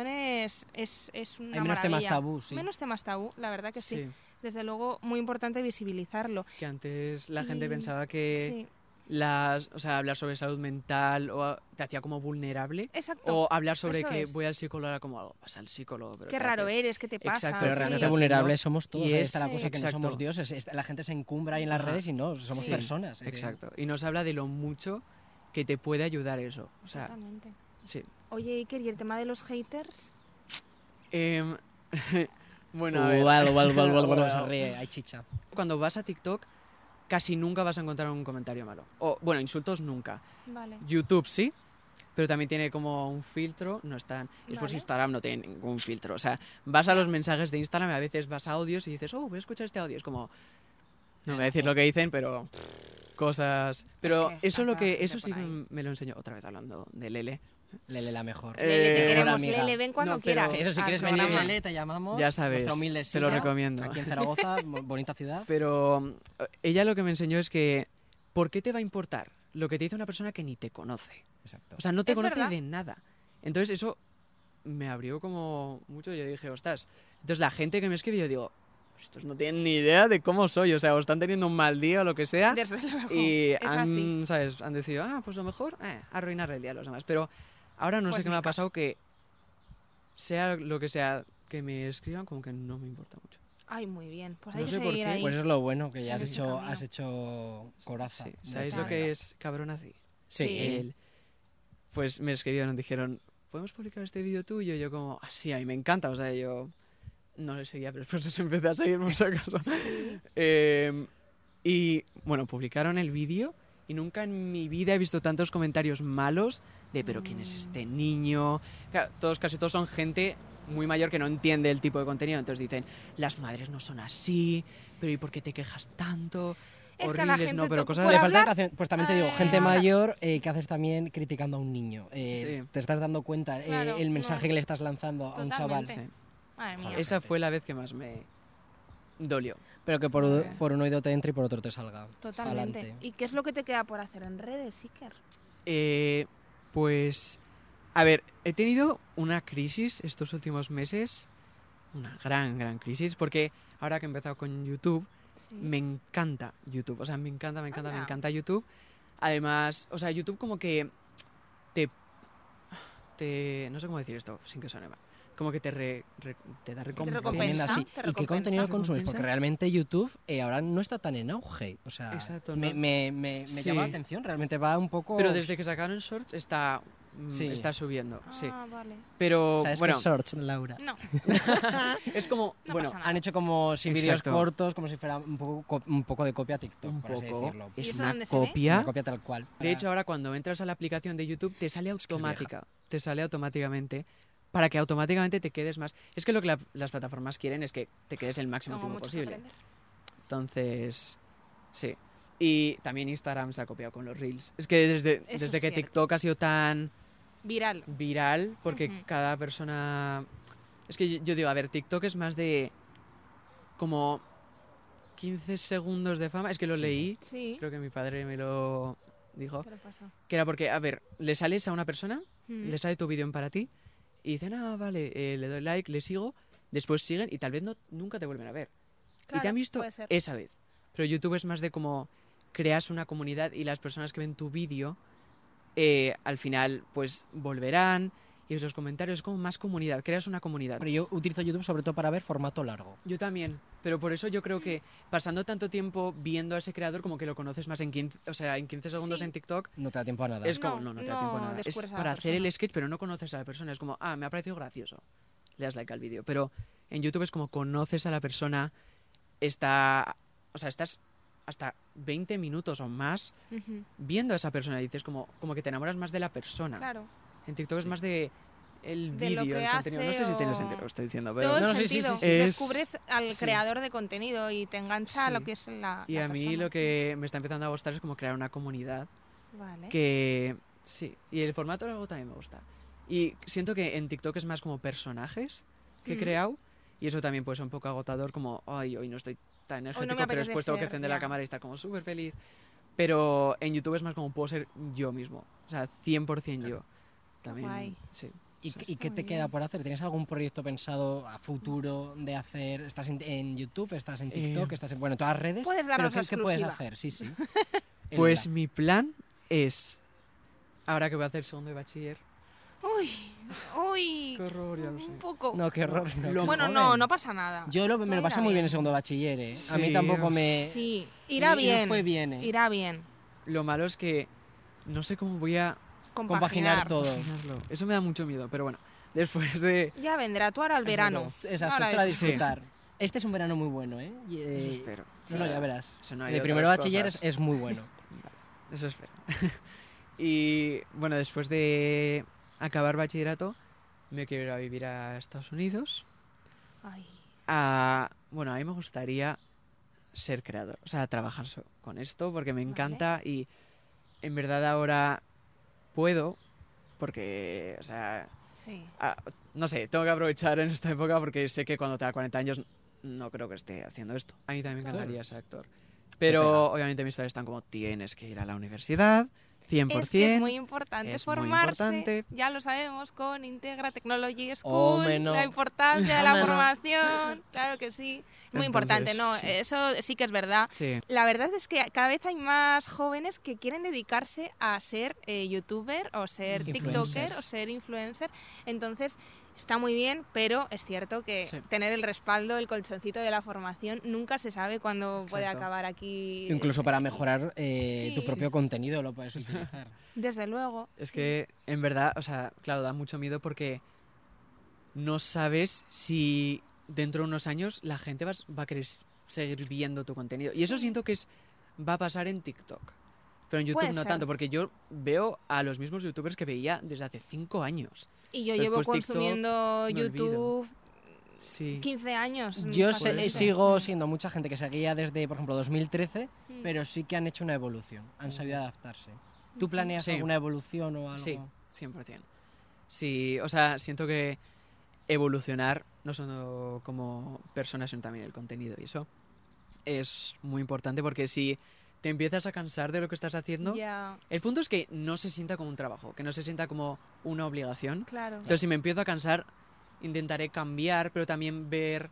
A: generaciones es, es una
B: Hay menos temas
A: maravilla.
B: tabú, sí.
A: Menos temas tabú, la verdad que sí.
C: Sí,
A: Desde luego muy importante visibilizarlo.
C: que antes la gente
A: Y-
C: pensaba que
B: Eh,
A: Sí,
C: las, o sea, hablar sobre salud mental o a- te hacía como vulnerable.
A: exacto.
C: O hablar sobre
A: eso
C: que
A: es.
C: voy al psicólogo era como, "Oh, vas al psicólogo. Pero
A: Qué raro ¿eh?
C: es
A: eres, qué te pasa.
C: Exacto,
B: Pero
C: Sí.
B: realmente
C: Sí.
B: vulnerables somos todos.
C: Y
B: ahí
C: es-
B: está la
A: sí.
B: cosa, que no
C: Exacto.
B: somos dioses. es- La gente se encumbra ahí en las
C: Ajá.
B: redes y no, somos
A: Sí.
B: personas. eh, que-
C: Exacto. Y nos habla de lo mucho que te puede ayudar eso. O sea,
A: Exactamente.
C: sí.
A: Oye, Iker, ¿y el tema de los haters?
C: Em, bueno, a ver.
B: Guau, guau, guau, guau, guau, Se
C: Guau.
B: ríe, hay chicha.
C: Cuando vas a TikTok, casi nunca vas a encontrar un comentario malo. O, bueno, insultos nunca.
A: Vale.
C: YouTube sí, pero también tiene como un filtro, no están. Es por
A: Vale.
C: si Instagram no tiene ningún filtro. O sea, vas a los mensajes de Instagram y a veces vas a audios y dices, oh, voy a escuchar este audio. Es como. No me voy a decir lo que dicen, pero. Cosas. Pero
A: que
C: eso, lo
A: está toda la
C: que, eso
A: gente
C: sí
A: por ahí.
C: que me lo enseñó otra vez hablando de Lele.
B: Lele la mejor.
C: Eh,
A: Lele, te
C: mejor
A: queremos,
B: amiga.
A: Lele, ven cuando
C: No, pero-
A: quieras.
B: Sí, eso, si
A: al
B: quieres venir,
A: programa.
B: Lele, te llamamos.
C: Ya sabes,
B: Nuestra humilde
C: te lo
B: silla,
C: recomiendo.
B: Aquí en Zaragoza, mo- bonita ciudad.
C: Pero mm, ella lo que me enseñó es que, ¿por qué te va a importar lo que te dice una persona que ni te conoce?
B: Exacto.
C: O sea, no te
A: Es
C: conoce
A: verdad.
C: de nada. Entonces eso me abrió como mucho. Yo dije, ostras. Entonces la gente que me escribe, yo digo, estos no tienen ni idea de cómo soy. O sea, o están teniendo un mal día o lo que sea.
A: Desde luego.
C: y
A: es
C: han,
A: así.
C: ¿sabes? han decidido, ah, pues lo mejor, eh, arruinar el día a los demás. Pero ahora no
A: Pues
C: sé qué
A: mi
C: me ha
A: caso.
C: pasado que, sea lo que sea que me escriban, como que no me importa mucho.
A: Ay, muy bien. Pues hay
C: No
A: que
C: sé por
A: seguir
C: qué.
A: ahí.
B: Pues eso es lo bueno, que ya has
A: Eres un
B: hecho,
A: camino.
B: has hecho coraza.
C: Sí.
B: de
C: ¿Sabéis
B: esta
C: lo que
B: manera.
C: es cabrón así?
B: Sí. eh,
A: Sí.
C: él, pues me escribieron, dijeron, ¿podemos publicar este vídeo tuyo? Y yo como, ah, sí, a mí me encanta, o sea, yo no le seguía, pero después os empecé a seguir por si acaso. Eh, y bueno, publicaron el vídeo y nunca en mi vida he visto tantos comentarios malos de, pero ¿quién es este
A: Mm.
C: niño? Claro, todos, casi todos son gente muy mayor que no entiende el tipo de contenido, entonces dicen, las madres no son así, pero ¿y por qué te quejas tanto?
A: Es que a la
C: Horribles,
A: gente
C: no, pero
A: toca-
C: cosas
A: por
B: Le
C: de-
B: falta
A: hablar-
B: educación. Pues también te digo,
A: Ah.
B: gente mayor eh, que haces también criticando a un niño. Eh,
C: Sí.
B: Te estás dando cuenta eh,
A: Claro,
B: el mensaje
A: no.
B: que le estás lanzando a un chaval.
A: Totalmente.
C: Sí.
A: Madre mía.
B: Joder.
C: Esa
B: gente.
C: fue la vez que más me dolió.
B: Pero que por, u- por un oído te entra y por otro te salga.
A: Totalmente.
B: Pa'lante.
A: ¿Y qué es lo que te queda por hacer en redes, Iker?
C: Eh, pues, a ver, he tenido una crisis estos últimos meses, una gran, gran crisis, porque ahora que he empezado con YouTube,
A: Sí.
C: me encanta YouTube, o sea, me encanta, me encanta, me
A: Anda.
C: encanta YouTube. Además, o sea, YouTube como que te, te, no sé cómo decir esto sin que suene mal, como que te, re- re- te da
A: recompensa.
B: Tienen
C: recompensa.
A: te
B: así. ¿Y qué
A: recompensa.
B: contenido consumes?
C: ¿Recompensa?
B: Porque realmente YouTube eh, ahora no está tan en auge. O sea,
C: Exacto,
B: me,
C: ¿no?
B: me, me, me
C: Sí.
B: llama la atención. Realmente va un poco...
C: Pero desde que sacaron Shorts está, mm,
B: Sí.
C: está subiendo, sí.
A: Ah, vale.
C: Pero
B: ¿Sabes
C: bueno,
B: qué shorts, Laura?
A: No,
C: es como,
A: No
C: bueno,
A: pasa nada.
B: Han hecho como si vídeos
C: Exacto.
B: cortos, como si fuera un poco, co- un poco de copia a TikTok,
C: un
B: por así
C: poco.
B: decirlo.
A: ¿Y
C: Es
A: eso
C: una
A: dónde se ve?
C: copia.
B: Una copia tal cual.
C: De
B: Para-
C: hecho, ahora cuando entras a la aplicación de YouTube te sale
B: que es vieja.
C: automática. Te sale automáticamente para que automáticamente te quedes más. Es que lo que la- las plataformas quieren es que te quedes el máximo
A: tengo
C: tiempo
A: mucho que
C: posible.
A: aprender.
C: Entonces, sí. Y también Instagram se ha copiado con los Reels. Es que desde,
A: es
C: desde que
A: cierto.
C: TikTok ha sido tan
A: Viral.
C: viral porque
A: Ujú.
C: cada persona... Es que yo, yo digo, a ver, TikTok es más de como 15 segundos de fama. Es que lo
B: Sí, sí.
C: leí,
A: Sí.
C: creo que mi padre me lo dijo.
A: Pero pasó.
C: Que era porque, a ver, le sales a una persona,
A: Mm.
C: le sale tu vídeo en para ti y dicen, ah, vale, eh, le doy like, le sigo, después siguen y tal vez no, nunca te vuelven a ver. y te
A: Claro,
C: han visto
A: puede ser.
C: esa vez. Pero YouTube es más de como creas una comunidad y las personas que ven tu vídeo eh, al final pues volverán y esos comentarios es como más comunidad, creas una comunidad.
B: Pero yo utilizo YouTube sobre todo para ver formato largo.
C: Yo también, pero por eso yo creo que pasando tanto tiempo viendo a ese creador como que lo conoces más en 15, o sea, en 15 segundos
A: Sí.
C: en TikTok.
B: No te da tiempo a nada.
C: Es
A: No,
C: como, no, no te da
A: no
C: tiempo a nada. Es
A: descubres a la
C: para hacer el
A: persona.
C: sketch, pero no conoces a la persona. Es como, ah, me ha parecido gracioso. Le das like al vídeo. Pero en YouTube es como conoces a la persona, está. O sea, estás hasta 20 minutos o más
A: Mm, Ujú,
C: viendo a esa persona. Dices como, como que te enamoras más de la persona.
A: Claro.
C: En TikTok es más de el
A: De lo
C: vídeo,
A: que
C: el contenido. No
A: hace
C: sé si tiene
A: o-
C: sentido lo que estoy diciendo, pero.
A: Todo
C: no,
A: el
C: no, sí, sí,
A: sentido.
C: sí, sí. Es-
A: Descubres al
C: sí.
A: creador de contenido y te engancha a
C: Sí.
A: lo que es la.
C: Y
A: la
C: a mí
A: persona.
C: lo que me está empezando a gustar es como crear una comunidad
A: Vale.
C: que sí, y el formato luego también me gusta. Y siento que en TikTok es más como personajes que he
A: Mm.
C: creado y eso también puede ser un poco agotador como, ay, hoy no estoy tan energético, pero
A: apetece
C: después tengo que
A: ser,
C: encender
A: ya.
C: la cámara y estar como súper feliz. Pero en YouTube es más como puedo ser yo mismo, o sea, 100% yo. También,
A: guay.
C: sí.
B: ¿Y,
C: Sí.
B: y qué
A: Muy
B: te
A: bien.
B: queda por hacer? ¿Tienes algún proyecto pensado a futuro de hacer? ¿Estás en, en YouTube? ¿Estás en TikTok?
C: Eh,
B: ¿Estás en bueno, en todas las redes?
A: puedes
B: pero
A: darnos
B: ¿qué,
A: la
B: qué puedes
A: exclusiva.
B: hacer? Sí, sí. El
C: Pues
B: plan.
C: mi plan es ahora que voy a hacer segundo de bachiller.
A: Uy, uy.
C: Qué horror, ya lo sé.
A: Un poco.
B: No, qué horror. no,
C: Lo-
B: qué
A: Bueno,
B: joven.
A: no, no pasa nada.
B: Yo lo- me
A: Todo
B: lo pasé
A: irá
B: muy bien
A: bien.
B: en segundo de bachiller, ¿eh? A mí
C: Sí.
B: tampoco me...
A: Sí,
B: me-
A: irá
B: me
A: bien.
B: fue bien, ¿eh?
A: Irá bien.
C: Lo malo es que no sé cómo voy a
A: Compaginar.
B: Compaginar todo.
C: imaginarlo. Eso me da mucho miedo, pero bueno, después de
A: Ya vendrá, tú ahora al
C: Eso
A: verano.
B: Exacto,
A: Ahora
B: para
A: es-
C: sí.
B: disfrutar. Este es un verano muy bueno, ¿eh? Y, eh,
C: Eso espero.
B: no, no, ya verás.
C: Eso no hay
B: El de
C: otras
B: primero de bachiller es,
C: cosas.
B: es muy bueno.
C: Eso espero. y bueno, después de acabar bachillerato, me quiero ir a vivir a Estados Unidos.
A: Ay,
C: A, bueno, a mí me gustaría ser creador, o sea, trabajar so- con esto porque me encanta y en verdad ahora puedo porque, o sea,
A: sí.
C: Ah, no sé, tengo que aprovechar en esta época porque sé que cuando tenga 40 años no creo que esté haciendo esto. A mí también me
B: Claro.
C: encantaría ser actor.
B: pega.
C: Pero obviamente mis padres están como, tienes que ir a la universidad, 100%.
A: Es que es muy importante
C: es muy
A: formarse.
C: importante.
A: Ya lo sabemos con Integra Technology School,
B: Oh, Hombre, no.
A: la importancia de la
B: Hombre, no.
A: formación. Claro que sí. Muy
C: Entonces,
A: importante, ¿no?
C: sí.
A: Eso sí que es verdad.
C: Sí,
A: La verdad es que cada vez hay más jóvenes que quieren dedicarse a ser eh, youtuber o ser tiktoker
B: Influencers.
A: o ser influencer. Entonces, está muy bien, pero es cierto que
C: Sí.
A: tener el respaldo, el colchoncito de la formación, nunca se sabe cuándo puede
C: Exacto.
A: acabar aquí.
B: Incluso para mejorar eh,
A: Sí.
B: tu propio contenido lo puedes utilizar.
A: Desde luego.
C: es
A: sí.
C: que en verdad, o sea, claro, da mucho miedo porque no sabes si dentro de unos años la gente va, va a querer s- seguir viendo tu contenido. Y eso
A: Sí.
C: siento que es va a pasar en TikTok. Pero en YouTube
A: Puede
C: no
A: ser.
C: tanto, porque yo veo a los mismos youtubers que veía desde hace 5 años.
A: Y yo llevo
C: Después TikTok,
A: consumiendo
C: me olvido.
A: YouTube
C: Sí.
A: 15 años.
B: Yo
A: fácilmente.
B: sé-
C: Por eso.
B: sigo siendo mucha gente que seguía desde, por ejemplo, 2013,
A: Mm.
B: pero sí que han hecho una evolución, han sabido adaptarse. ¿Tú
A: Ujú.
B: planeas
C: Sí.
B: alguna evolución o algo?
C: Sí, 100%. Sí, o sea, siento que evolucionar, no solo como personas, sino también el contenido y eso, es muy importante porque si te empiezas a cansar de lo que estás haciendo,
A: Ya,
C: el punto es que no se sienta como un trabajo, que no se sienta como una obligación.
A: claro.
C: Entonces, si me empiezo a cansar, intentaré cambiar, pero también ver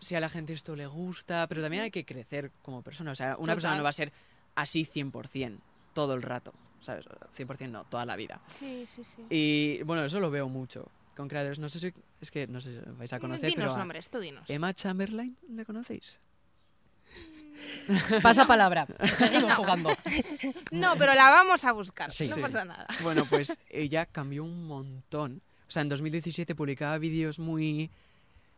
C: si a la gente esto le gusta, pero también hay que crecer como persona. O sea, una persona
A: Total.
C: no va a ser así 100% todo el rato, ¿sabes? 100% no, toda la vida.
A: Sí, sí, sí.
C: Y bueno, eso lo veo mucho con creadores. No sé si es que no sé si lo vais a conocer,
A: dinos
C: pero a
A: nombres, tú dinos.
C: Emma Chamberlain, ¿la conocéis?
B: Pasa palabra, seguimos jugando.
A: No, pero la vamos a buscar,
B: Sí,
A: no
C: sí.
A: pasa nada.
C: Bueno, pues ella cambió un montón. O sea, en 2017 publicaba vídeos muy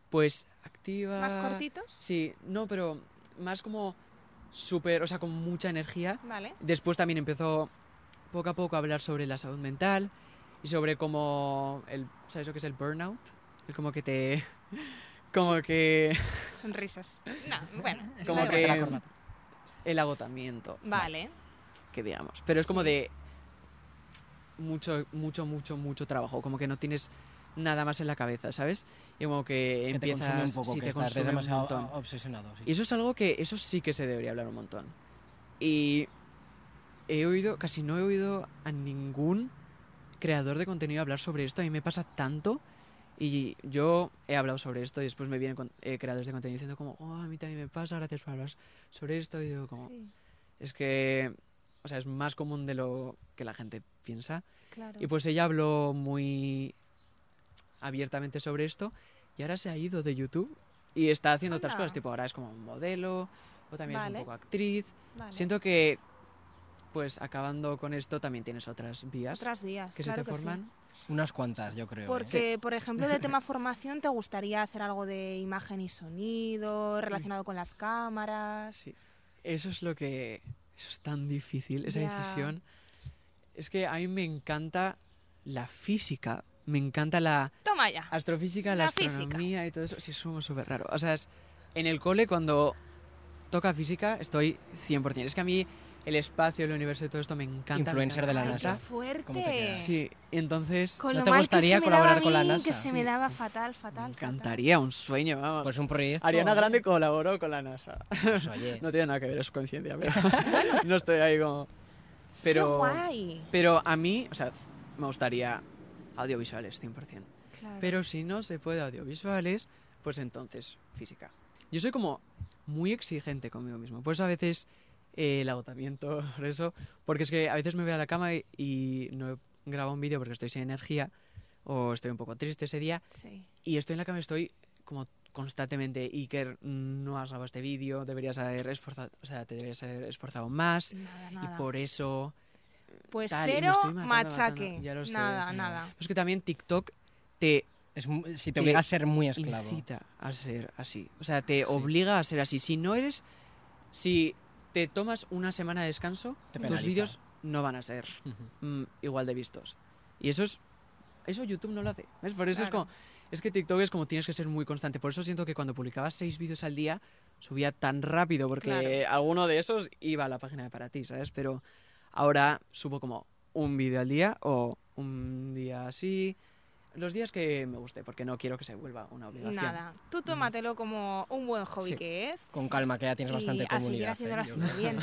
C: pues activa.
A: ¿Más cortitos?
C: Sí, no, pero más como súper, o sea, con mucha energía.
A: Vale.
C: Después también empezó poco a poco a hablar sobre la salud mental y sobre cómo el, ¿sabes lo que es el burnout? El como que te como que
A: Sonrisas. No, bueno.
C: Como
A: da
C: que-
A: igual.
C: el agotamiento.
A: Vale.
C: que digamos. Pero es como de mucho, mucho, mucho, mucho trabajo. Como que no tienes nada más en la cabeza, ¿sabes? Y como que,
B: Que te
C: empiezas
B: consume un poco, que
C: sí, te
B: estás
C: consume un
B: demasiado
C: montón.
B: obsesionado. sí.
C: Y eso es algo que eso sí que se debería hablar un montón. Y he oído, casi no he oído a ningún creador de contenido hablar sobre esto. A mí me pasa tanto. Y yo he hablado sobre esto y después me vienen con- eh, creadores de contenido diciendo como, oh, a mí también me pasa, gracias por hablar sobre esto. Y digo como,
A: Sí.
C: es que o sea, es más común de lo que la gente piensa.
A: Claro.
C: Y pues ella habló muy abiertamente sobre esto y ahora se ha ido de YouTube y está haciendo otras
A: Anda.
C: cosas, tipo ahora es como un modelo o también
A: Vale.
C: es un poco actriz.
A: Vale.
C: Siento que pues acabando con esto también tienes otras vías
A: otras vías
C: que
A: claro
C: se te
A: que sí.
C: forman.
B: Unas cuantas, yo creo. ¿eh?
A: Porque, por ejemplo, de tema formación, ¿te gustaría hacer algo de imagen y sonido relacionado con las cámaras?
C: Sí. Eso es lo que eso es tan difícil, esa
A: Ya.
C: decisión. Es que a mí me encanta la física, me encanta la
A: Toma ya.
C: astrofísica, la,
A: La física.
C: astronomía y todo eso, sí, es como súper raro. O sea, es- en el cole cuando toca física estoy 100%. Es que a mí el espacio, el universo y todo esto me encanta. me
B: Influencer de la
A: Ay,
C: encanta.
A: qué
B: NASA. ¿Cómo te
A: fuerte.
B: quedas?
C: Sí, entonces
A: Con
B: ¿No
A: lo
B: te
A: mal
B: gustaría
A: que se
B: colaborar
A: me daba
B: con la
A: a mí,
B: NASA?
A: Que se me
B: Sí.
A: daba fatal, fatal.
C: me
A: fatal.
C: encantaría un sueño, vamos.
B: Pues un proyecto.
C: Ariana Grande colaboró con la NASA.
B: pues, oye.
C: No tiene nada que ver, es conciencia, pero no estoy ahí como... Pero...
A: Qué guay.
C: Pero a mí, o sea, me gustaría audiovisuales, 100%.
A: Claro.
C: Pero si no se puede audiovisuales, pues entonces física. Yo soy como muy exigente conmigo mismo. Pues a veces eh, el agotamiento, por eso, porque es que a veces me voy a la cama y, y no grabo un vídeo porque estoy sin energía o estoy un poco triste ese día
A: Sí.
C: y estoy en la cama y estoy como constantemente Iker, no has grabado este vídeo, deberías haber esforzado, o sea, te deberías haber esforzado más
A: Nada,
C: y
A: nada.
C: por eso
A: Pues
C: tal, y me
A: cero
C: estoy matando,
A: machaque.
C: matando. Ya lo sé,
A: nada,
C: sí.
A: nada.
C: Es que también TikTok te
B: Es mu- si
C: Te
B: te obliga a ser muy esclavo.
C: incita a ser así. O sea, te
B: Sí.
C: obliga a ser así. Si no eres. Si te tomas una semana de descanso,
B: Te
C: tus
B: penaliza.
C: vídeos no van a ser
B: Ujú.
C: mm, igual de vistos. Y eso es. Eso YouTube no lo hace. ¿Ves? Por eso
A: Claro.
C: es como. Es que TikTok es como tienes que ser muy constante. Por eso siento que cuando publicabas seis vídeos al día, subía tan rápido, porque
A: Claro.
C: alguno de esos iba a la página de para ti, ¿sabes? Pero ahora subo como un vídeo al día o un día así. Los días que me guste, porque no quiero que se vuelva una obligación.
A: Nada. Tú tómatelo como un buen hobby
C: Sí.
A: que es.
B: Con calma, que ya tienes bastante
A: y a seguir
B: comunidad. ¿eh?
A: haciéndolo
B: Yo
A: así
B: creo.
A: de bien.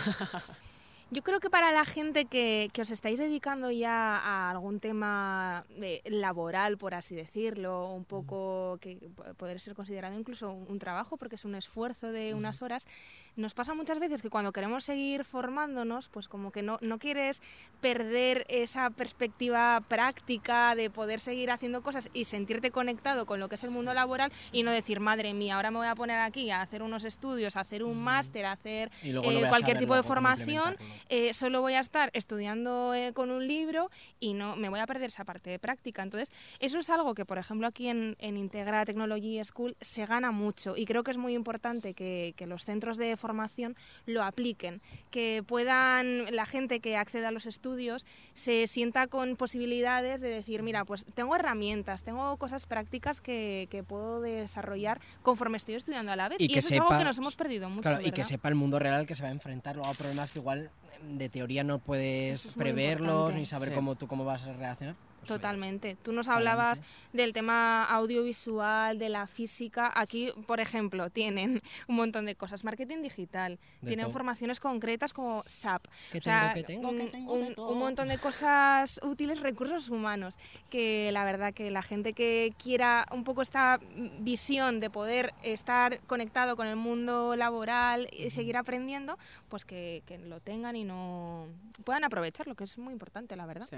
A: Yo creo que para la gente que, que os estáis dedicando ya a algún tema eh, laboral, por así decirlo, un
B: Mm.
A: poco que po- poder ser considerado incluso un un trabajo, porque es un esfuerzo de
B: Mm.
A: unas horas, nos pasa muchas veces que cuando queremos seguir formándonos, pues como que no, no quieres perder esa perspectiva práctica de poder seguir haciendo cosas y sentirte conectado con lo que es el mundo laboral y no decir, madre mía, ahora me voy a poner aquí a hacer unos estudios, a hacer un
C: Mm.
A: máster, a hacer
B: Y luego no
A: eh,
B: voy a
A: cualquier
B: saber
A: tipo de
B: luego cómo
A: formación,
B: implementarlo.
A: eh, solo voy a estar estudiando eh, con un libro y no me voy a perder esa parte de práctica. Entonces, eso es algo que, por ejemplo, aquí en, en Integra Technology School se gana mucho y creo que es muy importante que, que los centros de formación lo apliquen, que puedan la gente que acceda a los estudios se sienta con posibilidades de decir, mira, pues tengo herramientas, tengo cosas prácticas que, que puedo desarrollar conforme estoy estudiando a la vez. Y,
B: Y que
A: eso es algo que
B: sepa-
A: nos hemos perdido mucho.
B: Claro, y que
A: ¿verdad?
B: sepa el mundo real que se va a enfrentar luego a problemas que igual eh, de teoría no puedes
A: Eso es muy
B: preverlos
A: importante.
B: ni saber
C: Sí.
B: cómo tú cómo vas a reaccionar. Pues, oye,
A: Totalmente. Tú nos hablabas
B: adelante.
A: del tema audiovisual, de la física. Aquí, por ejemplo, tienen un montón de cosas. Marketing digital.
B: De
A: tienen
B: todo.
A: formaciones concretas como SAP.
B: Que
A: O sea,
B: tengo, que tengo,
A: un,
B: que tengo de
A: un-
B: todo.
A: un montón de cosas útiles, recursos humanos. Que la verdad que la gente que quiera un poco esta visión de poder estar conectado con el mundo laboral y seguir aprendiendo, pues que, que lo tengan y no puedan aprovecharlo, que es muy importante, la verdad.
C: Sí.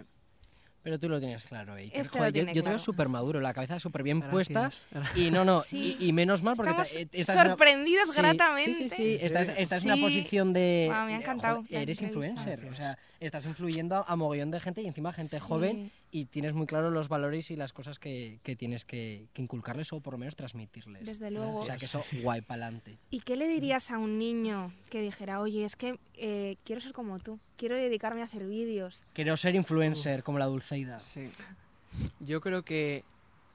B: Pero tú lo tienes claro, Iker.
A: Este
B: Joder,
A: lo tiene
B: yo, yo te veo
A: claro.
B: súper maduro, la cabeza súper bien puesta.
C: Gracias. Gra-
B: Y no, no,
A: Sí.
B: y, y menos mal porque
A: Estamos
B: ta- eh, esta es una-
A: sorprendidos
B: Sí,
A: gratamente.
B: Sí, sí, sí. Esta es, esta es
A: Sí.
B: una posición de.
A: Guau, me ha
B: de,
A: encantado
B: joder,
A: la
B: eres
A: entrevista.
B: influencer. O sea, estás influyendo a, a mogollón de gente y encima gente
A: Sí.
B: joven y tienes muy claro los valores y las cosas que, que tienes que, que inculcarles o por lo menos transmitirles.
A: Desde luego.
B: O sea, que eso guay para adelante.
A: ¿Y qué le dirías a un niño que dijera, oye, es que eh, quiero ser como tú, quiero dedicarme a hacer vídeos?
B: Quiero ser influencer como la Dulceida.
C: Sí. Yo creo que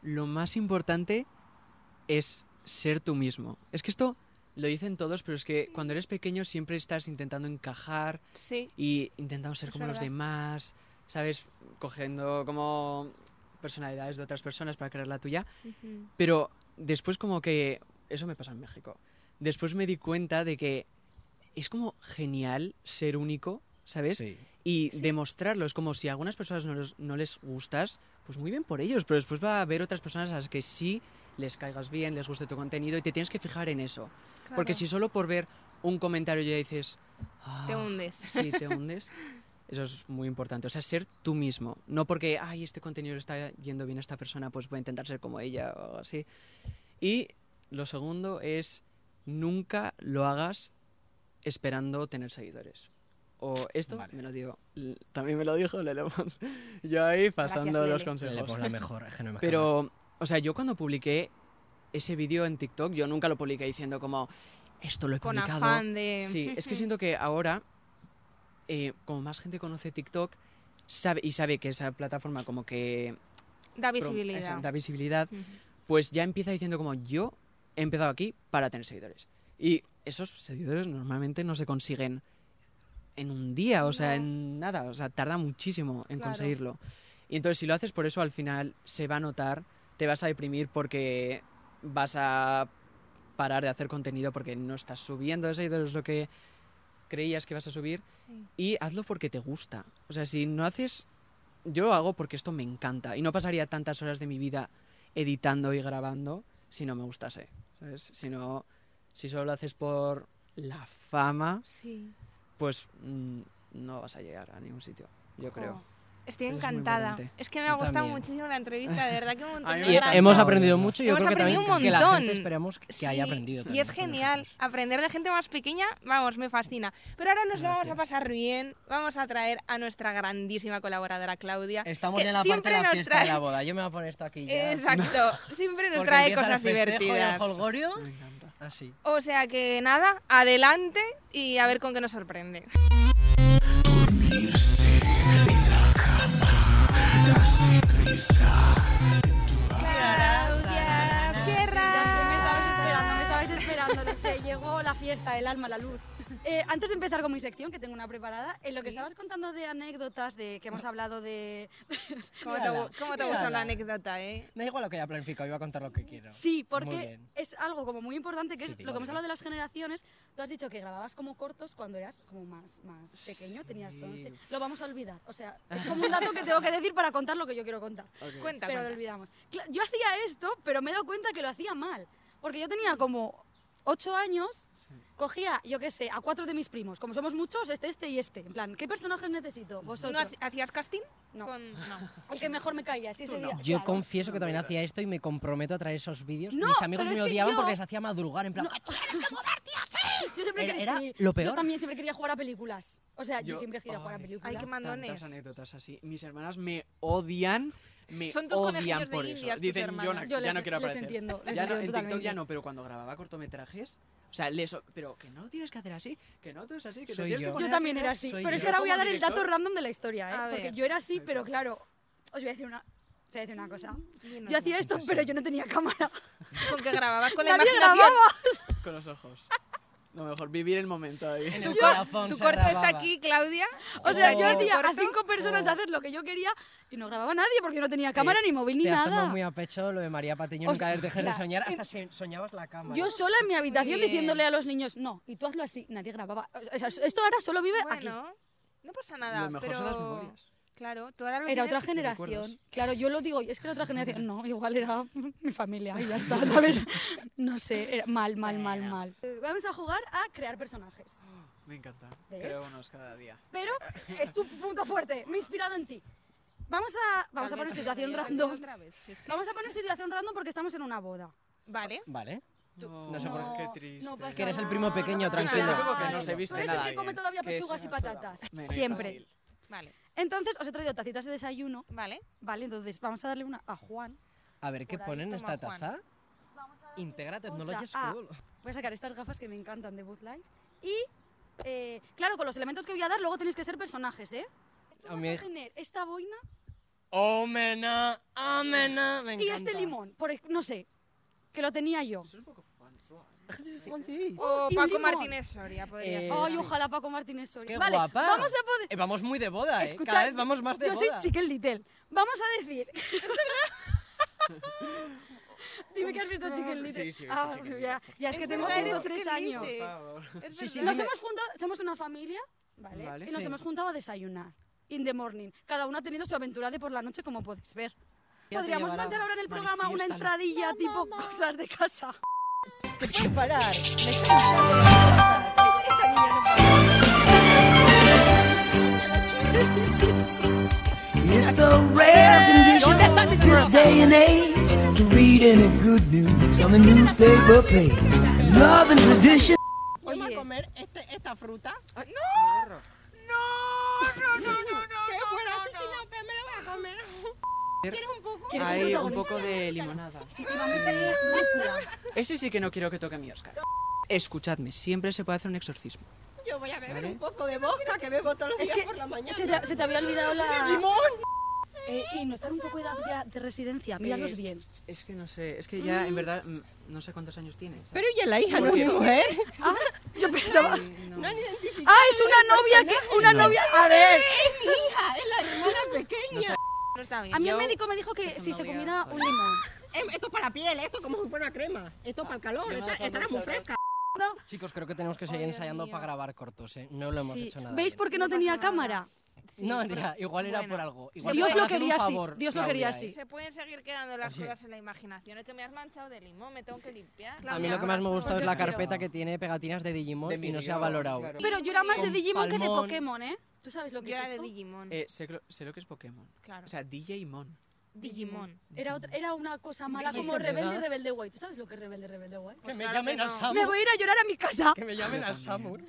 C: lo más importante es ser tú mismo. Es que esto lo dicen todos, pero es que cuando eres pequeño siempre estás intentando encajar
A: Sí,
C: y intentando ser
A: Es
C: como
A: verdad.
C: los demás, ¿sabes? Cogiendo como personalidades de otras personas para crear la tuya.
A: ujú,
C: Pero después como que... Eso me pasó en México. Después me di cuenta de que es como genial ser único, ¿sabes?
B: Sí.
C: y
A: Sí.
C: demostrarlo. Es como si a algunas personas no, los- no les gustas, pues muy bien por ellos, pero después va a haber otras personas a las que sí les caigas bien, les guste tu contenido y te tienes que fijar en eso. Porque
A: claro.
C: si solo por ver, un comentario y ya dices... "Ah,
A: Te hundes.
C: Sí, te hundes. Eso es muy importante. O sea, ser tú mismo. No porque, ay, este contenido le está yendo bien a esta persona, pues voy a intentar ser como ella o algo así. Y lo segundo es, nunca lo hagas esperando tener seguidores. O esto
B: Vale.
C: me lo digo. También me lo dijo Lele Pons. Yo ahí pasando
A: Lele.
C: los
B: Le
C: consejos.
B: pongo la mejor, es que no hay más que hablar.
C: Pero, o sea, yo cuando publiqué ese vídeo en TikTok, yo nunca lo publiqué diciendo como, esto lo he
A: Con
C: publicado.
A: afán de...
C: Sí, es que siento que ahora, eh, como más gente conoce TikTok sabe, y sabe que esa plataforma como que
A: Da
C: prom-
A: visibilidad.
C: da visibilidad,
A: Ujú.
C: pues ya empieza diciendo como yo he empezado aquí para tener seguidores. Y esos seguidores normalmente no se consiguen en un día, o sea,
A: No.
C: en nada, o sea, tarda muchísimo en
A: Claro.
C: conseguirlo. Y entonces si lo haces por eso al final se va a notar, te vas a deprimir porque vas a parar de hacer contenido porque no estás subiendo de seguidores lo que creías que vas a subir
A: Sí.
C: y hazlo porque te gusta. O sea, si no haces... Yo lo hago porque esto me encanta y no pasaría tantas horas de mi vida editando y grabando si no me gustase. ¿sabes? Si no... Si solo lo haces por la fama,
A: Sí.
C: pues mm, no vas a llegar a ningún sitio, yo
A: Jo,
C: creo.
A: Estoy
C: Eres muy
A: encantada.
C: valiente.
A: Es que me
B: Yo
A: ha gustado
B: también.
A: muchísimo la entrevista, de verdad que un montón
C: A mí
A: de
C: me
B: Y
A: grandes-
C: encanta.
B: hemos aprendido mucho y yo
A: Hemos
B: creo que también
A: aprendido un
B: que la
A: montón.
B: gente esperamos que
A: Sí,
B: haya aprendido.
A: Y es
B: también con
A: genial
B: nosotros.
A: aprender de gente más pequeña, vamos, me fascina. Pero ahora nos lo vamos a
B: Gracias.
A: pasar bien, vamos a traer a nuestra grandísima colaboradora Claudia.
B: Estamos
A: que
B: ya en la parte
A: siempre
B: de la
A: nos
B: fiesta
A: trae-
B: de la boda. Yo me voy a poner esto aquí ya.
A: Exacto, siempre nos
B: Porque
A: trae
B: empieza el
A: cosas
B: festejo y el
A: divertidas.
B: jolgorio.
C: Me encanta.
B: Así.
A: O sea que nada, adelante y a ver con qué nos sorprende. Claudia Sierra.
D: me estabais esperando, no sé, llegó la fiesta, el alma, la luz. Eh, antes de empezar con mi sección, que tengo una preparada, en lo que
A: Sí.
D: estabas contando de anécdotas, de que hemos hablado de...
A: ¿Cómo te,
B: Mírala,
A: gu- cómo te gusta
B: mírala.
A: una anécdota, eh?
B: Da igual lo que haya planificado, yo voy a contar lo que quiero.
D: Sí,
B: Muy
D: porque
B: bien.
D: es algo como muy importante, que
B: Sí,
D: es
B: sí,
D: lo que hemos
B: vale.
D: hablado de las generaciones. Tú has dicho que grababas como cortos cuando eras como más, más pequeño, tenías
C: Sí.
D: 11. Lo vamos a olvidar, o sea, es como un dato que tengo que decir para contar lo que yo quiero contar.
A: Cuenta,
D: pero lo
A: cuenta.
D: olvidamos. Cla- Yo hacía esto, pero me he dado cuenta que lo hacía mal. Porque yo tenía como ocho años, cogía, yo qué sé, a cuatro de mis primos. Como somos muchos, este, este y este. En plan, ¿qué personajes necesito?
A: ¿No
D: Vosotros.
A: haci- hacías casting?
D: No.
A: Con... no.
D: El que mejor me caía, si ese día.
B: Yo
D: claro.
B: confieso que también hacía esto y me comprometo a traer esos vídeos.
D: No,
B: Mis amigos
D: pero
B: me
D: es que
B: odiaban
D: yo-
B: porque les hacía madrugar, en plan,
D: No. Yo siempre
B: Era-
D: quería-
B: era
D: sí.
B: lo
D: Yo
B: peor.
D: también siempre quería jugar a películas. O sea, yo,
C: Yo-
D: siempre quería jugar a
C: ay.
D: películas.
A: Ay, qué mandones.
C: Tantas anécdotas así. Mis hermanas me odian, me
A: Son tus
C: odian
A: conejillos de
C: por
A: indias,
C: eso.
A: tus
C: Dicen,
A: hermanas".
C: yo, no-
D: Yo
C: ya
D: les-
C: no quiero
D: les
C: aparecer.
D: entiendo, les
C: ya no,
D: entiendo
C: en TikTok
D: totalmente.
C: ya no, pero cuando grababa cortometrajes, o sea, les, pero que no lo tienes que hacer así, que no todo es así, que
B: Soy
C: te tienes
B: yo.
C: que poner
D: Yo también
C: aquí, ¿no?
D: era así.
B: Soy
D: Pero es
B: yo.
D: que ahora voy a dar el
C: Director.
D: dato random de la historia, ¿eh?
A: A
D: Porque
A: ver.
D: yo era así,
C: Ahí
D: pero
C: va.
D: claro, os voy a decir una, os voy a decir una cosa.
A: Dinos,
D: Yo hacía esto, pero yo no tenía cámara.
A: Con que grababas con la
D: Nadie
A: imaginación.
D: grababa.
C: Con los ojos. Lo mejor, vivir el momento ahí.
B: En
A: Tu,
B: el
A: cor-
B: corazón
A: tu
B: se
A: corto
B: grababa.
A: está aquí, Claudia.
D: O sea, yo
B: Oh.
D: hacía a
A: ¿Corto?
D: cinco personas
B: Oh.
D: hacer lo que yo quería y no grababa nadie porque yo no tenía cámara, ni móvil, ni
B: Te has tomado
D: nada.
B: muy a pecho lo de María Patiño,
D: O
B: nunca
D: sea,
B: dejes de
D: mira,
B: soñar, hasta si soñabas la cámara.
D: Yo sola en mi habitación
A: bien.
D: diciéndole a los niños, no, y tú hazlo así, nadie grababa. O sea, esto ahora solo vive
A: Bueno, no pasa nada.
C: Lo mejor
A: pero...
C: son las memorias.
A: Claro, tú ahora lo
D: aquí. Era
A: tienes-
D: otra
C: recuerdos.
D: generación. Claro, yo lo digo, es que era otra generación. No, igual era mi familia y ya está, ¿sabes? No sé, era mal, mal, mal, mal. Eh, Vamos a jugar a crear personajes.
C: Me encanta.
D: ¿Ves?
C: Creo unos cada día.
D: Pero es tu punto fuerte, me he inspirado en ti. Vamos a, vamos a poner situación random.
A: Otra vez, si es que-
D: Vamos a poner situación random porque estamos en una boda.
A: Vale.
B: Vale.
C: No,
B: sé por
D: No,
C: qué triste.
D: no pasa
B: que eres el
D: nada,
B: primo pequeño,
D: no pasa
B: tranquilo.
D: nada.
C: Tampoco que no se viste
D: Tú eres
C: nada
D: el que come
C: bien.
D: todavía
C: Que es
D: pechugas y
C: una sola-
D: patatas.
C: Me
D: Siempre.
C: encanta.
A: Vale,
D: Entonces os he traído tacitas de desayuno,
A: vale.
D: ¿vale? Entonces vamos a darle una a Juan.
B: A ver, ¿qué
A: Por ahí
B: ponen en
A: toma
B: esta
A: Juan.
B: taza? Integra Technology
D: Ah.
B: School.
D: Voy a sacar estas gafas que me encantan de Bud Light. Y, eh, claro, con los elementos que voy a dar luego tenéis que ser personajes, ¿eh? Tú
B: A
D: vas
B: mí
D: a
B: es-
D: tener esta boina
B: Omena, omena, me
D: y
B: encanta.
D: este limón, por, ej- no sé, que lo tenía yo.
C: Eso es un poco fansual.
B: Sí.
A: O
D: ¡Oh, y un
A: Paco
D: limón.
A: Martínez Soria podría
B: Eh,
A: ser.
D: Ay,
B: sí.
D: ojalá Paco Martínez Soria.
B: ¡Qué
D: vale,
B: guapa!
D: vamos a poder...
B: Eh, vamos muy de boda, ¿eh?
D: Escuchad,
B: Cada vez vamos más de
D: yo
B: boda.
D: soy chicken little. Vamos a decir... Dime que has visto Chicken Little.
C: Sí, sí, he visto
D: ah,
C: Chicken Little.
D: ya, ya es,
A: Es
D: que tengo
A: verdad, eres
D: 103
A: Chicken
D: años.
A: Little.
C: Por favor.
A: Es
B: Sí, sí,
A: verdad.
D: Nos
B: dime-
D: hemos juntado, somos una familia, ¿vale?
C: Vale,
D: y nos
C: sí.
D: hemos juntado a desayunar. In the morning. Cada uno ha tenido su aventura de por la noche, como podéis ver.
B: Ya te
D: Podríamos
B: llevará.
D: plantear ahora en el programa una
C: Manifiéstalo.
D: entradilla tipo cosas de casa.
E: Parar, me canso de las cosas. It's a rare condition this day and age to read any good news on the newspaper page. Love and tradition.
F: Vamos a comer este, esta fruta. ¡Qué buena! Sí, sí, no, pero me la voy a comer. ¿Quieres un poco?
C: Hay un poco de limonada. Ese sí que no quiero que toque mi Oscar. Escuchadme, siempre se puede hacer un exorcismo.
F: Yo voy a beber
C: Vale.
F: un poco de vodka que bebo todos los
D: Es
F: días
D: que
F: por la mañana.
D: se te, se te había olvidado la... Eh, y no estar un poco de, edad de- de residencia, míralos
C: Eh,
D: bien.
C: Es que no sé, es que ya en verdad mm, no sé cuántos años tienes.
F: Pero ella la hija,
C: ¿Por
F: no
C: qué?
F: es mi mujer.
D: Ah, yo pensaba...
C: No.
F: No han identificado.
D: Ah, es una novia que... Una
C: No.
D: novia... A ver...
F: Es mi hija, es la hermana pequeña.
C: No sé.
D: A mí el
C: Yo-
D: médico me dijo que
C: Sí,
D: si se
C: novia,
D: comiera un
C: vale.
D: limón.
F: Em, Esto es para piel, esto es como si fuera una crema. Esto es para el calor,
B: Ah, yo no
F: esta,
B: tomo
F: esta era muy
B: mucho
F: fresca.
B: Chicos, creo que tenemos que seguir ensayando para grabar cortos, ¿eh? No lo hemos
D: Sí.
B: hecho nada.
D: ¿Veis
B: bien.
D: por qué no, tenía cámara?
B: No, ya, igual era por algo. Igual
D: Dios
B: te
D: lo
B: hacer un
D: quería así,
B: favor,
D: Dios lo quería
B: Claudia,
D: así.
B: ¿eh?
A: Se pueden seguir quedando las
B: Oye.
A: cosas en la imaginación. Es que me has manchado de limón, me tengo que limpiar.
B: A mí lo que más me ha gustado
D: Porque
B: es la
D: es que-
B: carpeta que tiene pegatinas de Digimon
C: De
B: y no se ha
C: Digimon,
B: valorado.
C: claro.
D: Pero yo era más de
B: Con
D: Digimon que de
B: Palmón.
D: Pokémon, ¿eh? ¿Tú sabes lo que
A: Yo
D: es
A: era de
D: esto?
A: Digimon.
C: Eh, sé, que lo- sé lo que es Pokémon.
A: claro.
C: O sea, DJ Mon.
A: Digimon.
D: Era, otra- era una cosa mala
C: Digimon.
D: como rebelde,
C: ¿Verdad?
D: rebelde guay. ¿Tú sabes lo que es rebelde, rebelde guay?
B: Que me
A: claro
B: llamen
A: que
B: a
A: no.
D: Me
B: Samur.
D: voy a ir a llorar a mi casa.
B: Que me llamen a Samur.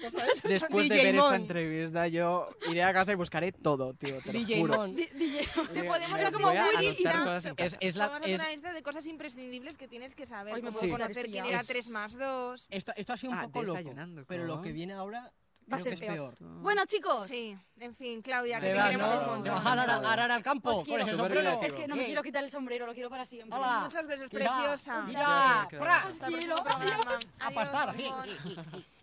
C: Después de
B: DJ
C: ver
B: Mon.
C: esta entrevista, yo iré a casa y buscaré todo, tío. Te lo juro. Eh,
B: Digimon.
D: Di- DJ.
A: Te podemos
C: Me
A: hacer
C: voy a
A: como Willy y
C: anotar
A: la-
C: cosas en
B: Es,
C: casa.
B: es la,
A: Vamos a hacer
B: es,
A: una lista de cosas imprescindibles que tienes que saber.
D: Hoy me
A: como
C: puedo poner
A: conocer
D: triste
A: quién
D: ya.
A: era
C: Es-
A: 3 más 2.
B: esto, esto ha sido un
C: Ah,
B: poco loco.
C: desayunando
B: Pero lo
C: con-
B: que viene ahora
D: Va a
B: creo que
D: ser
B: es
D: peor.
B: peor.
D: Bueno, chicos.
A: Sí, en fin, Claudia, que
B: Te
A: te
B: vas,
A: queremos
B: ¿no?
A: un
B: Te
A: montón.
B: vas a arar, a arar al
D: Os
B: campo con
D: Pues quiero.
B: ese
C: Súper
B: sombrero.
D: Es que no me
B: ¿Qué?
D: quiero quitar el sombrero, lo quiero para siempre.
B: Hola.
A: Muchos besos,
B: Mira,
A: preciosa.
B: mira,
C: Ya
B: Mira,
C: se me
B: pra,
C: ha quedado.
A: Hasta el
D: Quiero-
A: próximo programa.
B: a
A: Adiós,
B: pastar.
A: Limón.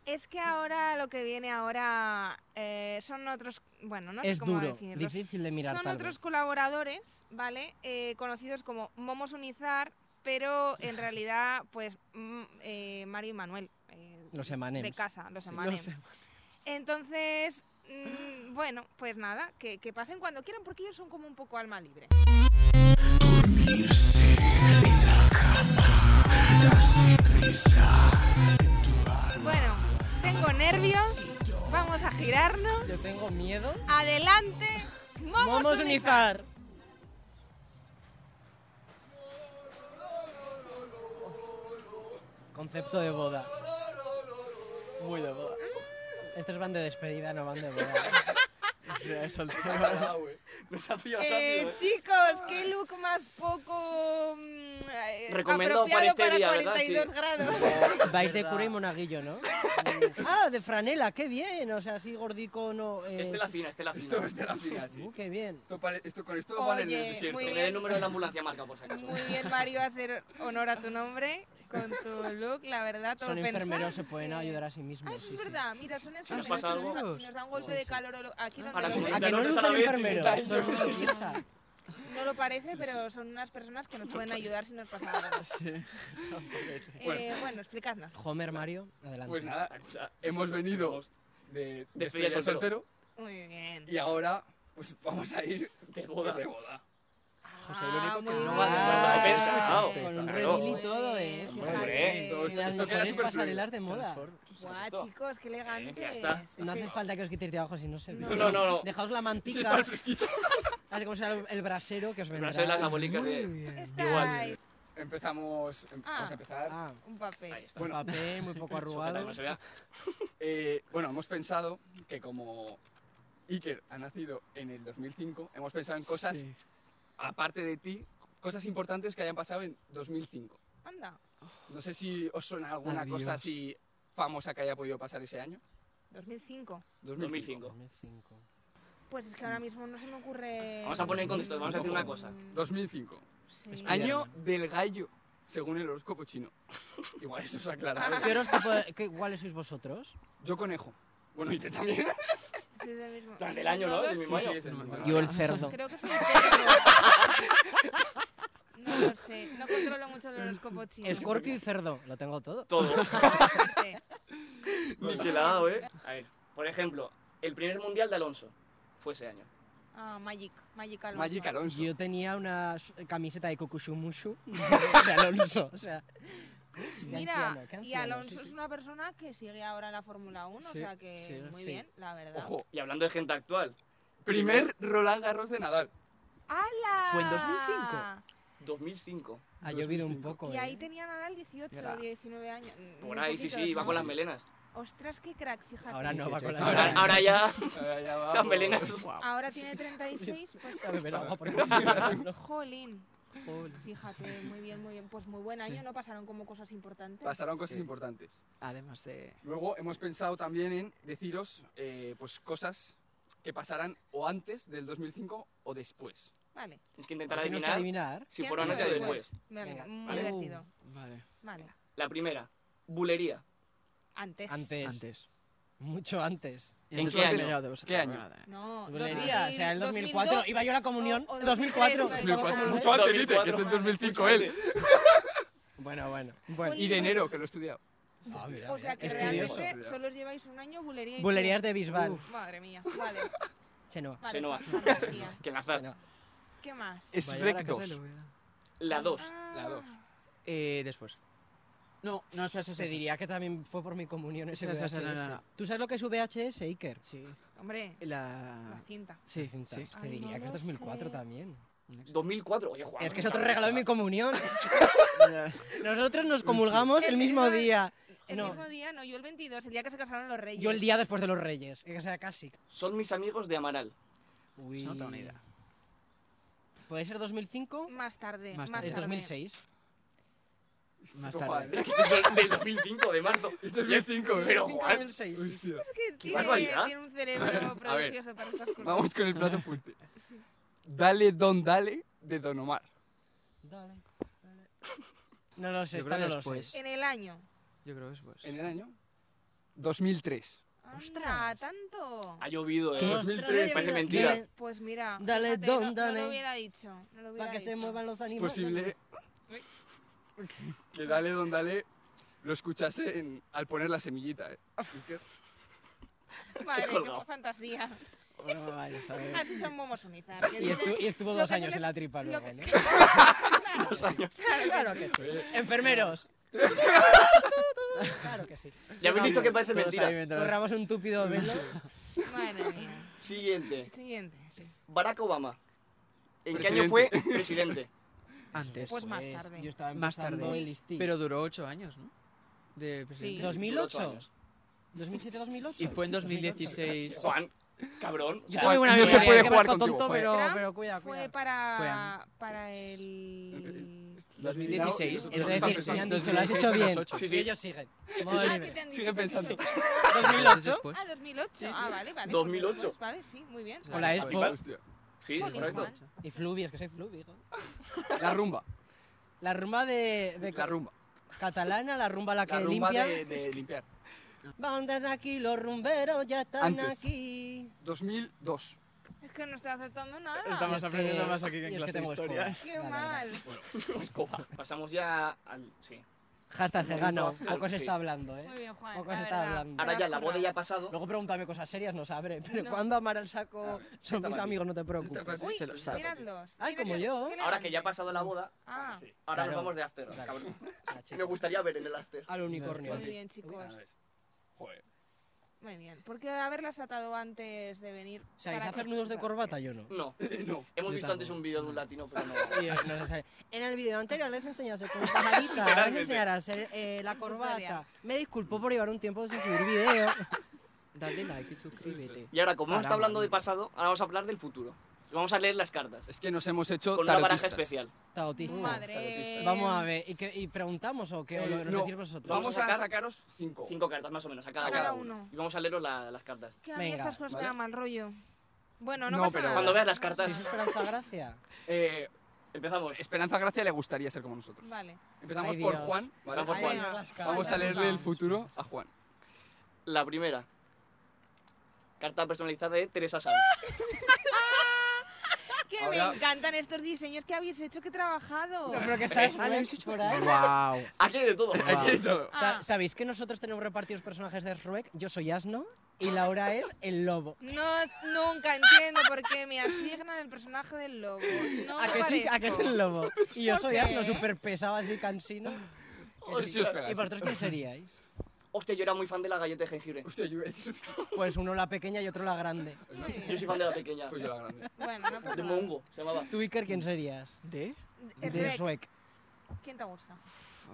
A: Es que ahora lo que viene ahora eh, son otros, bueno, no sé
B: Es
A: cómo
B: duro,
A: definirlos.
B: difícil de mirar
A: Son
B: tarde.
A: otros colaboradores, ¿vale? Eh, conocidos como Momos Unizar, pero en realidad, pues, mm, eh, Mario y Manuel. eh,
B: Los
A: de
B: Emanems.
A: casa, los
C: Sí,
A: Emanems.
C: los
A: Entonces, mm, bueno, pues nada, que, que pasen cuando quieran porque ellos son como un poco alma libre. Bueno, tengo nervios, vamos a girarnos.
B: Yo tengo miedo.
A: Adelante, momos,
B: Vamos a
A: Unizar.
B: unizar. Concepto de boda.
C: Muy de boda.
B: Estos van de despedida, no van de boda.
C: Ya, he saltado. Nos ha pillado
A: Eh,
C: rápido, eh.
A: chicos, qué look más poco mm, eh,
G: Recomendado
A: apropiado
G: para este
A: para
G: día, ¿verdad?
A: 42
G: Sí.
A: grados.
B: Vais de cura y monaguillo, ¿no? ah, de franela, qué bien. O sea, así gordico no. eh,
G: Estela fina, estela fina.
H: Esto, esta es la fila, sí.
B: uh, qué bien.
H: Esto, pare- esto- con esto vale en
A: Oye,
H: el desierto.
A: muy
G: Tener
A: bien.
G: el ¿eh? número de la ambulancia marca, por si acaso.
A: Muy bien, Mario, hacer honor a tu nombre con tu look, la verdad, todo
B: Son
A: pensado.
B: enfermeros, se pueden ayudar a sí mismos.
A: Ah, eso
B: sí,
A: es
B: sí.
A: verdad, mira, son enfermeros.
G: nos pasa
A: si
G: algo-
A: da- si nos da un golpe de calor, o lo- aquí donde
G: Ahora
A: lo
G: sí.
A: ves,
B: ¿A que no
G: Nosotros a la
B: lucen
G: vez,
B: enfermeros?
G: cincuenta
B: Todo el mundo
G: años.
B: piensa.
A: no lo parece, pero son unas personas que nos pueden ayudar si nos pasa algo. Eh, bueno, explicadnos.
B: Homer, Mario, adelante. Ah,
H: Pues nada, hemos venido de
G: despedida
H: despedida de soltero
A: Muy bien.
H: y ahora pues vamos a ir de
G: boda.
H: De boda.
C: José, el único que
A: Ah, muy
C: no va de
A: bien.
G: boda, he pensado.
B: Ah, Con un
G: Claro.
B: redil y todo, ¿eh?
A: Muy bien,
G: Hombre,
A: fíjate.
H: esto- esto-
B: Las
H: esto queda
B: mejores
H: superfluido.
B: pasarelas de moda.
A: Guau, chicos, qué elegante.
G: ya está.
B: No hace falta que os quitéis de abajo si no se ve.
G: No, no, no. no.
B: Dejaos la
G: Sí, para
B: mantica,
G: el fresquito.
B: así como será el- el brasero que os vendrá.
G: Pero eso de las gabolicas
C: Muy
G: de...
C: bien.
A: Está
H: Empezamos, em-
A: Ah.
H: vamos a empezar.
B: Ah,
A: un papel.
G: Ahí está.
B: con
H: Bueno.
B: papel, muy poco
G: Sujeta,
B: arrugado.
G: no se vea.
H: Eh, bueno, hemos pensado que como Iker ha nacido en el 2005, hemos pensado en cosas
C: Sí.
H: aparte de ti, cosas importantes que hayan pasado en 2005.
A: Anda,
H: No sé si os suena alguna
C: Adiós.
H: cosa así famosa que haya podido pasar ese año.
A: 2005.
G: 2005.
B: 2005.
A: Pues es que ahora mismo no se me ocurre... Mm,
G: Vamos a poner en contexto, vamos a decir una cosa.
H: 2005.
A: Sí.
B: Espera.
H: Año del gallo, según el horóscopo chino. Igual eso os aclara.
B: ¿Qué horóscopo, qué, ¿Cuáles sois vosotros?
H: Yo conejo. Bueno, y te también.
A: Sí, es del mismo.
G: Plan del año, ¿no? Del mismo
H: Sí,
G: año.
H: sí, es el mismo.
B: Yo el cerdo.
A: Creo que soy perro. No lo sé, no controlo mucho el horóscopo chino.
B: Escorpio y cerdo, lo tengo todo.
G: Todo.
A: Sí.
G: Ni que la hago, ¿eh? A ver, por ejemplo, el primer mundial de Alonso fue ese año.
A: Ah, Magic, Magic Alonso.
H: Magic Alonso.
B: Yo tenía una su- camiseta de Kokushumushu de Alonso, o sea,
A: Mira,
B: anciano, qué
A: y
B: anciano,
A: Alonso
B: sí, sí.
A: es una persona que sigue ahora en la Fórmula 1,
C: Sí,
A: o sea que
C: sí,
A: muy
C: sí.
A: bien, la verdad.
H: Ojo,
G: Y hablando de gente actual,
H: primer Roland Garros de Nadal.
A: ¡Hala!
C: Fue en 2005.
G: 2005.
B: Ha llovido un poco.
A: Y ahí
B: ¿eh?
A: tenía Nadal 18
H: Mira.
A: 19 años. mm,
G: Por
A: muy
G: ahí, sí,
A: poquitos,
G: sí, va
A: ¿no?
G: con las melenas.
A: Ostras, qué crack, fíjate.
B: Ahora no va con la
G: Ahora, ahora ya,
H: Ahora Eh, ya
G: las
H: vamos.
G: melenas.
A: Ahora tiene 36, pues...
B: Ya me verá, por ejemplo.
A: Jolín. Fíjate, muy bien, muy bien. Pues muy buen año, no pasaron como cosas importantes.
H: Pasaron cosas importantes.
C: Además de...
H: Luego hemos pensado también en deciros eh, pues cosas que pasarán o antes del 2005 o después.
A: Vale.
G: Tienes que intentar
B: Ahora Tienes que
G: adivinar
B: adivinar.
G: si
A: ¿Qué
G: fueron
A: antes
G: antes o
A: o
G: después.
A: Venga,
B: Venga, Uh.
A: muy
B: vale.
A: divertido.
C: Vale.
A: Vale.
G: La primera, bulería.
A: Antes.
B: Antes.
C: Antes.
B: Mucho antes.
G: ¿En
C: Entonces,
G: qué
C: antes-
G: año?
C: mediados-
H: ¿Qué año?
C: Vale.
A: No,
B: Yo le diría, o sea, el 2004.
A: 2002,
B: Iba yo a la comunión.
A: o- o
B: 2004.
A: 2004.
H: Mucho antes, dice, que está en 2005 él.
B: Bueno, bueno. bueno.
H: Y de enero, que lo he estudiado.
B: Ah, mira,
A: O sea que
B: mira.
H: Estudioso.
A: realmente solo os lleváis un año bulería y
B: Bulerías
A: todo.
B: de Bisbal.
A: Madre mía, vale.
B: Chenoa.
A: vale
G: Chenoa.
A: fantasía.
G: Que enlazar.
B: Chenoa.
A: ¿Qué más?
H: Es
C: Vaya, ahora que
H: rectos.
C: sale, voy a-
G: La 2.
A: Ah,
H: La dos.
C: Eh, después. No, no, espera, esa
B: Se
C: es-
B: diría que también fue por mi comunión ese
C: Esa, esa,
B: VHS.
C: esa, no, no, no.
B: ¿Tú sabes lo que es VHS, Iker?
C: Sí.
A: Hombre, la
C: La...
A: cinta.
C: Sí,
B: Entonces,
C: sí.
B: Te
A: Ay,
B: diría
A: no
B: que es
A: lo
B: 2004
A: sé.
B: también.
G: 2004. Oye, Juan.
B: es que es otro regalo de mi comunión. Nosotros nos comulgamos el
A: El
B: mismo
A: mismo-
B: día.
A: El
B: No,
A: mismo día, no, yo el 22, el día que se casaron los reyes.
B: yo el día después de los Reyes. O sea, casi.
G: Son mis amigos de Amaral.
B: Uy.
C: Se nota una idea.
B: ¿Puede ser 2005?
A: Más tarde, más
C: Más
A: tarde.
B: Es 2006.
C: Más
H: Ojo,
C: tarde.
H: vale.
G: Es que este es del 2005, de marzo.
H: Este es 2005, ¿eh?
G: Pero, Juan,
B: 2006.
H: Hostia.
A: Es que tiene,
G: barbaridad.
A: tiene un cerebro
H: A ver,
A: prodigioso para estas cosas.
H: Vamos con el plato fuerte. Dale, don, dale, de Don Omar.
B: Dale, dale. No lo sé,
C: Yo
B: esta no
C: creo que
B: lo sé.
C: después.
A: En el año.
C: Yo creo que después.
H: ¿En el año? 2003.
A: Anda,
B: Ostras.
A: tanto.
G: ha llovido, eh.
B: Ostras,
G: Parece
A: Dale,
G: mentira.
B: dale.
A: Pues mira,
B: Dale,
A: fíjate,
B: don,
A: no- no,
B: dale.
A: lo hubiera dicho. No lo hubiera
B: Para que se
A: dicho.
B: muevan los
H: Es
B: animales.
H: posible que Dale, don, dale lo escuchase en- al poner la semillita, ¿eh?
A: Madre,
G: Qué
A: qué
G: colgado.
A: fantasía.
C: Bueno,
G: Ah,
C: vaya, ¿sabes?
A: Así son momos unizar. que
B: Eh. Y, estu-
A: dicen-
B: y estuvo
A: lo
B: dos
A: que se
B: años
A: les-
B: en la tripa
A: lo
B: luego, ¿eh?
A: que-
B: ¿no?
A: Claro, claro.
B: Enfermeros. claro que sí.
G: Ya habéis dicho que parece
C: Todos ahí
G: mentira.
C: mientras-
B: Corramos un túpido velo.
A: Madre mía.
G: Siguiente.
A: Siguiente. sí.
G: Barack Obama. ¿En qué
H: Presidente.
G: año fue presidente?
C: Antes.
A: Pues más tarde.
B: Yo estaba
C: Más tarde.
B: empezando el listín.
C: Pero duró ocho años, ¿no? De presidente.
A: Sí.
B: 2008.
G: Duró ocho años.
B: 2007-2008.
C: Y fue en 2016.
G: Juan, cabrón.
B: Yo
H: Juan,
B: tengo una
H: no se
B: memoria,
H: puede
B: que
H: jugar
B: parezco
H: contigo,
B: tonto,
H: Juan.
B: pero,
A: Trump
B: pero cuidado,
A: Fue
B: Ah, cuidado.
C: Fue
A: para,
C: a-
A: para el...
H: Lo has
C: 2016.
H: mirado
B: Es
H: y nosotros
B: decir, si
H: estamos
B: han
H: pensando-
B: dicho, lo has
C: 2016
B: hecho
C: a las
B: bien.
C: ocho.
G: Sí, sí.
B: Y ellos siguen.
A: Ah,
B: Madre mía.
A: que te han dicho
H: Sigue
A: que eso-
H: pensando.
C: Entonces,
B: 2008.
C: después.
A: Ah, 2008. Ah, vale, vale.
G: 2008.
A: Pues, vale, sí, muy bien.
B: Con la Expo.
H: Hostia.
G: Sí,
A: Jolín,
G: correcto.
A: Juan.
B: Y Fluvi, es que soy Fluvi. hijo.
H: La rumba.
B: La rumba de, de
H: La rumba.
B: catalana, la rumba la que
H: La rumba
B: limpia.
H: de, de limpiar.
B: Andan aquí los rumberos, ya están
H: Antes.
B: aquí.
H: 2002.
A: Es que no está aceptando nada.
C: Estamos
H: Este-
B: Y es
C: aprendiendo más aquí que en
B: y es
C: clase de
B: tengo
C: historia.
B: escoba,
A: Qué
B: la verdad.
A: mal.
G: Escoba. Pasamos ya al. Sí.
B: Hashtag se ganó.
G: Momento
B: Poco se
G: sí.
B: está hablando, ¿eh?
A: Muy bien, Juan.
B: Poco
A: la
B: se está
A: verdad.
B: hablando.
G: Ahora ya la boda ya ha pasado.
B: Luego pregúntame cosas serias, no sabré. Pero cuando amar al saco son
H: está
B: mis
H: mal.
B: amigos, no te preocupes.
H: Está mal.
A: Uy,
C: Se lo saco.
A: mirad dos.
B: Ay, como
A: Mirad-
B: yo.
A: qué
G: Ahora que ya ha
A: elegante.
G: pasado la boda,
A: Ah,
G: ahora
B: Claro.
G: nos vamos de after.
B: Claro.
G: cabrón.
B: Ah,
G: Me
B: chico.
G: gustaría ver en el after.
B: Al unicornio.
A: muy bien, chicos.
H: Joder.
A: Muy bien. ¿Por qué haberlas atado antes de venir?
B: O sea, ¿y
A: para
B: hacer
A: que-
B: nudos de corbata? Yo no.
G: No.
H: No.
G: Hemos visto
C: tampoco.
G: antes un vídeo de un latino, pero no.
B: Y, eh, no se sabe. En el video anterior les enseñé a hacer con pajarita, ahora les enseñaré a hacer eh, la corbata.
A: Tutorial.
B: Me disculpo por llevar un tiempo sin subir video.
C: Dale like y suscríbete.
G: Y ahora, como
C: Caramba,
G: hemos está hablando de
C: mira.
G: pasado, ahora vamos a hablar del futuro. Vamos a leer las cartas.
H: Es que nos hemos hecho
G: Con una baraja
H: tarotistas.
G: especial.
B: Tautista.
A: Madre.
B: Vamos a ver, ¿y, qué- y preguntamos o qué? ¿O lo,
H: Eh,
B: lo
H: no,
B: decís vosotros?
H: Vamos
G: Vamos a
H: a
G: sacar
H: sacaros cinco.
G: Cinco cartas más o menos, a cada,
A: A cada
G: uno.
A: uno.
G: Y vamos a leeros la- las cartas.
A: Que a mí
B: Venga,
A: estas cosas me
H: ¿vale?
A: dan mal rollo. Bueno, no,
H: No,
A: pasa
H: pero
A: nada.
G: Cuando veas las
B: ¿Es
G: cartas,
B: Esperanza Gracia?
H: Eh,
G: empezamos.
H: Esperanza Gracia le gustaría ser como nosotros.
A: Vale.
H: Empezamos
B: Ay,
H: por
B: Dios.
H: Juan. ¿vale?
G: Vamos por
B: Ay,
G: Juan.
B: no, las
H: Vamos
B: caras,
H: a leerle el
B: vamos.
H: futuro a Juan.
G: La primera. Carta personalizada de Teresa Sanz.
A: Que
H: Ahora-
A: me encantan estos diseños que habéis hecho, que he trabajado.
B: No, pero que
H: Ah,
B: está es
C: Vale,
B: web
C: habéis hecho-
B: por ahí.
C: Wow.
G: Aquí hay de todo.
H: Aquí hay todo.
B: Sa-
A: Ah.
B: ¿Sabéis que nosotros tenemos repartidos personajes de Shrek? Yo soy Asno y Laura es el lobo.
A: No, nunca entiendo por qué me asignan el personaje del lobo. No
B: ¿A que sí? ¿A que es
A: parezco.
B: el lobo? Y yo
A: ¿Por
B: soy
A: qué?
B: Asno, súper pesado así cansino.
H: Sí, sí os pegáis.
B: ¿Y vosotros quién seríais?
G: Hostia, yo era muy fan de la galleta de jengibre.
H: Hostia, yo iba a decir...
B: Pues uno la pequeña y otro la grande.
G: Yo soy fan de la pequeña.
H: Pues yo la grande.
A: Bueno, no
G: De
A: pasa nada.
G: Mongo, se llamaba.
B: ¿Tú, Iker, quién serías?
C: ¿De?
A: Eh,
B: De
A: Rec,
B: Shrek.
A: ¿Quién te gusta?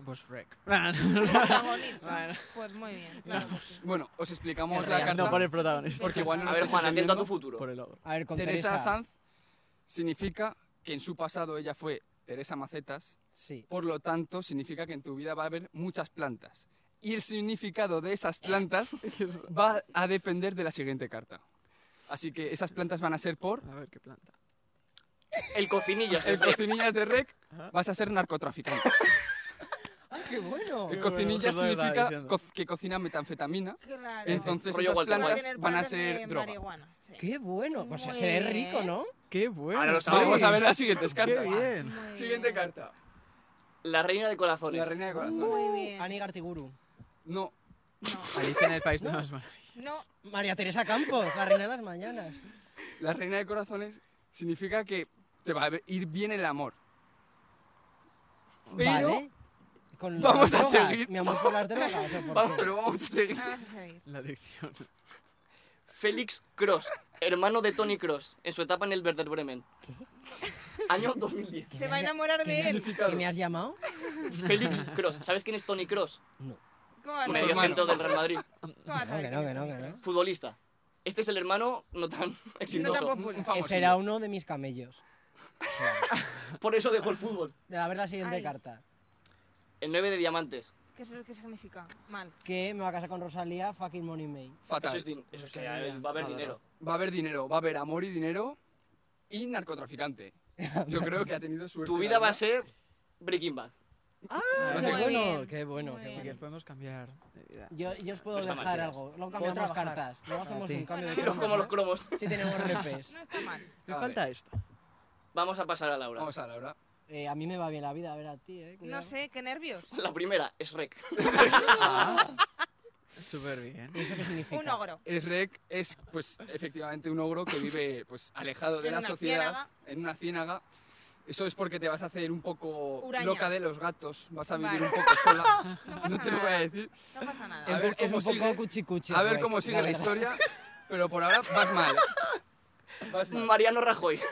C: Pues Rec.
A: Protagonista. Pues muy bien, claro que sí.
H: Bueno, os explicamos
B: Es
H: la
B: real.
H: carta.
C: No por el protagonista.
H: Porque igual
G: A
H: no lo
G: ver,
H: estáis
G: Juan, atento a
H: entendiendo.
G: tu futuro.
C: Por el ogro.
B: A ver, con
H: Teresa,
B: Teresa.
H: Sanz significa que en su pasado ella fue Teresa Macetas,
B: Sí.
H: por lo tanto significa que en tu vida va a haber muchas plantas. Y el significado de esas plantas va a depender de la siguiente carta. Así que esas plantas van a ser por...
C: A ver qué planta.
G: El cocinillas.
H: El cocinillas de Rec, vas a ser narcotraficante.
B: ¡Qué bueno!
H: El
C: bueno,
H: cocinillas
C: eso lo estaba
H: significa
C: diciendo.
H: co- que cocina metanfetamina.
A: Claro.
H: Entonces
G: Rollo
H: esas
G: Walter
H: plantas
G: White.
H: van a
A: de
H: ser droga.
A: marihuana, sí.
B: ¡Qué bueno! Pues
A: Muy
B: seré
A: bien.
B: rico, ¿no?
C: ¡Qué bueno!
G: Ahora lo
C: sí.
H: Vamos a ver las siguientes
C: ¡Qué
H: cartas.
C: bien!
A: Muy bien.
H: Siguiente carta.
G: La reina de corazones.
H: La
C: Pues,
H: reina de corazones.
A: Muy bien.
B: Ani Gartiguru.
H: No,
C: Alicia en el País de las Maravillas.
A: No, ah,
B: María Teresa Campos, la reina de las mañanas.
H: La reina de corazones significa que te va a ir bien el amor. Pero,
B: Vale. Con
H: Vamos
B: las
H: a
B: drogas,
H: seguir.
B: Mi amor por las drogas. ¿o por qué?
H: vamos, pero vamos a seguir.
A: vamos a seguir.
C: La adicción.
G: Félix Cross, hermano de Tony Cross, en su etapa en el Werder Bremen. Año 2010.
B: ¿Qué
A: Se
B: me
A: va a
B: has-
A: enamorar
B: qué me
A: de
B: has-
A: él.
B: ¿Qué me has llamado?
G: Félix Cross. ¿Sabes quién es Tony Cross?
B: No.
A: ¿Cómo vas a
G: Medio
A: saber?
H: hermano.
G: centro del Real Madrid.
A: ¿Cómo vas a saber
B: No, que no,
A: quién
B: que
A: es
B: no, que
A: Tony
B: no.
G: Futbolista. Este es el hermano no tan exitoso.
A: tampoco.
H: Un
B: Que
H: famoso.
B: será uno de mis camellos.
G: Por eso dejó el fútbol.
B: De la ver la siguiente
A: Ay.
B: carta.
G: El 9 de diamantes.
A: Cross? ¿Qué es lo que significa? Mal.
B: Que me va a casar con Rosalía, fucking money May.
G: Eso
H: Fatal.
G: es, din- eso es que va a haber dinero.
H: Va a haber dinero, va a haber amor y dinero y narcotraficante. Yo creo que ha tenido suerte.
G: Tu vida va a ser Breaking Bad.
H: No
B: qué
H: sé,
A: Muy
B: bueno,
A: bien.
B: qué bueno,
A: Muy
B: qué
A: bien.
B: bueno.
C: podemos cambiar. eh,
B: Yo, yo os puedo
H: Pues
G: No está mal,
B: dejar
G: tías.
B: algo. Luego cambiamos
C: trabajar.
B: cartas. Luego hacemos
C: ti.
B: un cambio de
G: Sí, los-
B: cartas,
G: como los
B: ¿no?
G: cromos.
B: Si tenemos repes.
A: No está mal.
C: Me
H: A
C: falta esto.
G: Vamos a pasar a Laura.
H: Vamos a la hora.
B: Eh, a mí me va bien la vida, a ver a ti, eh.
A: No
B: cuidado.
A: sé, qué nervios.
G: La primera es Rec.
C: Súper bien.
B: ¿Y eso qué significa?
A: Un ogro.
H: Es rec, es pues efectivamente un ogro que vive pues alejado de
A: En
H: la
A: una
H: sociedad,
A: ciénaga.
H: en una ciénaga. Eso es porque te vas a hacer un poco
A: Uraña.
H: loca de los gatos, vas a vivir
A: Vale.
H: un poco sola.
A: No
H: No
A: pasa
H: te lo voy a
A: nada.
H: decir.
A: No ppasa nada.
H: A
B: Es
H: ver
B: un- es
H: cómo
B: un poco
H: sigue.
B: cuchicuchi.
H: A ver
B: Shrek,
H: cómo sigue la
B: verdad.
H: historia, pero por ahora vas mal. Vas mal.
G: Mariano Rajoy.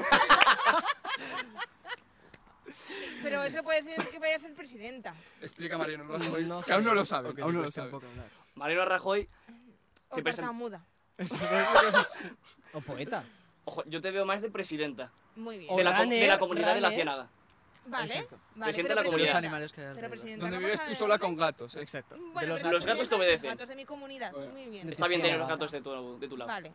A: Pero eso puede ser que vaya a ser presidenta.
H: Explica Mariano Rajoy,
B: No
H: que aún no
B: sé.
H: lo sabe,
C: Ok, pues
H: aún no lo
C: cuesta
H: sabe.
C: un poco hablar.
G: Mariano Rajoy.
A: O
G: Te present-
A: tartamuda.
B: O poeta.
G: Ojo, yo te veo más de presidenta.
A: Muy bien.
B: O
G: De la, co-
B: runner,
G: de la comunidad de la
B: runner.
G: ciénaga.
A: Vale. vale
G: Presidenta
A: pero
G: de
C: Con
G: la comunidad.
C: los
A: presidenta.
C: animales que hay
A: Pero
C: alrededor.
A: presidenta,
H: Donde
A: vamos
H: vives
A: a
H: tú
A: ver.
H: sola con gatos, ¿eh?
C: Exacto.
A: Bueno,
C: de los
A: pero
G: Los
C: gatos.
A: presidenta
G: gatos te
A: de los
G: obedecen.
A: Gatos de mi comunidad.
H: Bueno.
A: Muy bien.
B: De
G: Está bien tener los
B: Ciénaga.
G: gatos de tu, de tu lado.
A: Vale.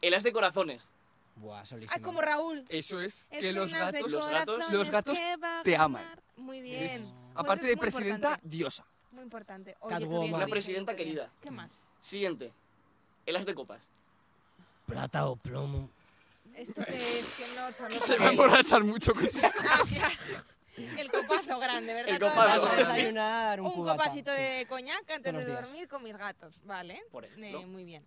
G: El as de corazones.
B: Buah, solísimo.
A: Ay, como Raúl.
H: Eso es,
A: Es
H: que los
A: unas de
G: Los
H: gatos...
G: gatos-
A: corazones
H: los gatos
A: que va a
H: te
A: formar.
H: aman.
A: Muy
H: eres,
A: bien. Pues
H: aparte
A: eso
H: de
A: es muy
H: presidenta,
A: importante,
H: diosa.
A: Muy importante. Oye,
B: Catwoman.
A: tú bien,
B: Una
A: Luis,
G: presidenta
A: tú bien.
G: querida.
A: ¿Qué más?
G: Siguiente. El as de copas.
B: Plata o plomo.
A: Esto que es que no sabemos.
H: Se va a emborrachar mucho con sus...
A: Ah, El copazo grande, ¿verdad?
G: El
A: Todas
B: Vas
G: copazo.
A: las
B: a
G: sí.
A: noches.
B: desayunar un,
A: Un
B: cubata,
A: copacito
B: sí.
A: de coñac antes
B: Buenos
A: de
B: días.
A: dormir con mis gatos, ¿vale?
G: Por ejemplo.
A: Eh, muy bien.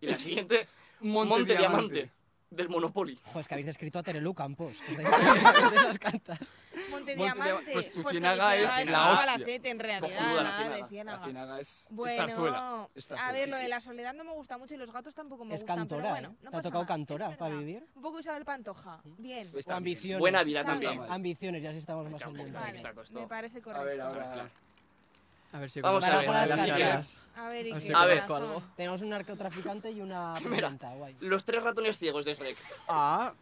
G: Y la siguiente,
H: Monte,
G: Monte, Diamante. Del Monopoly.
B: Ojo, es que habéis escrito a Terelu Campos. Os dais cuenta de esas cartas.
A: Monte,
H: Monte
A: Diamante.
H: Diamante. Pues tu
A: que
H: ciénaga es
A: Ciénaga
G: la
A: un
H: hostia.
A: palacete, en realidad,
G: Cojonuda la
A: nada de
G: ciénaga.
H: La
A: ciénaga.
H: ciénaga es... es zarzuela,
A: Bueno,
H: es
A: a
H: zarzuela,
A: ver,
H: sí,
A: lo
H: sí.
A: de la soledad no me gusta mucho y los gatos tampoco me
B: Es
A: gustan.
B: cantora,
A: pero bueno,
B: ¿eh?
A: no
B: ¿Te ha
A: pasa
B: tocado
A: nada,
B: cantora
A: es
B: para
A: verdad.
B: vivir?
A: Un poco Isabel Pantoja. Bien.
B: O
H: Está bien.
B: ambiciones.
G: Buena vida
A: Está
G: también.
A: bien.
B: Ambiciones, ya si estamos más
G: Está bien,
B: ambientes.
G: está bien.
A: Vale, me parece correcto.
H: A ver, ahora...
G: Claro.
C: A ver si
G: Vamos
C: conozco
G: a ver,
C: alguna de
G: las
C: las
G: carreras.
C: carreras.
A: A ver,
C: A
A: ¿y
C: ver
A: qué
C: si
G: A ver.
C: conozco algo.
B: Tenemos un narcotraficante y una presidenta, guay.
G: Los tres ratones ciegos de Shrek.
C: Ah,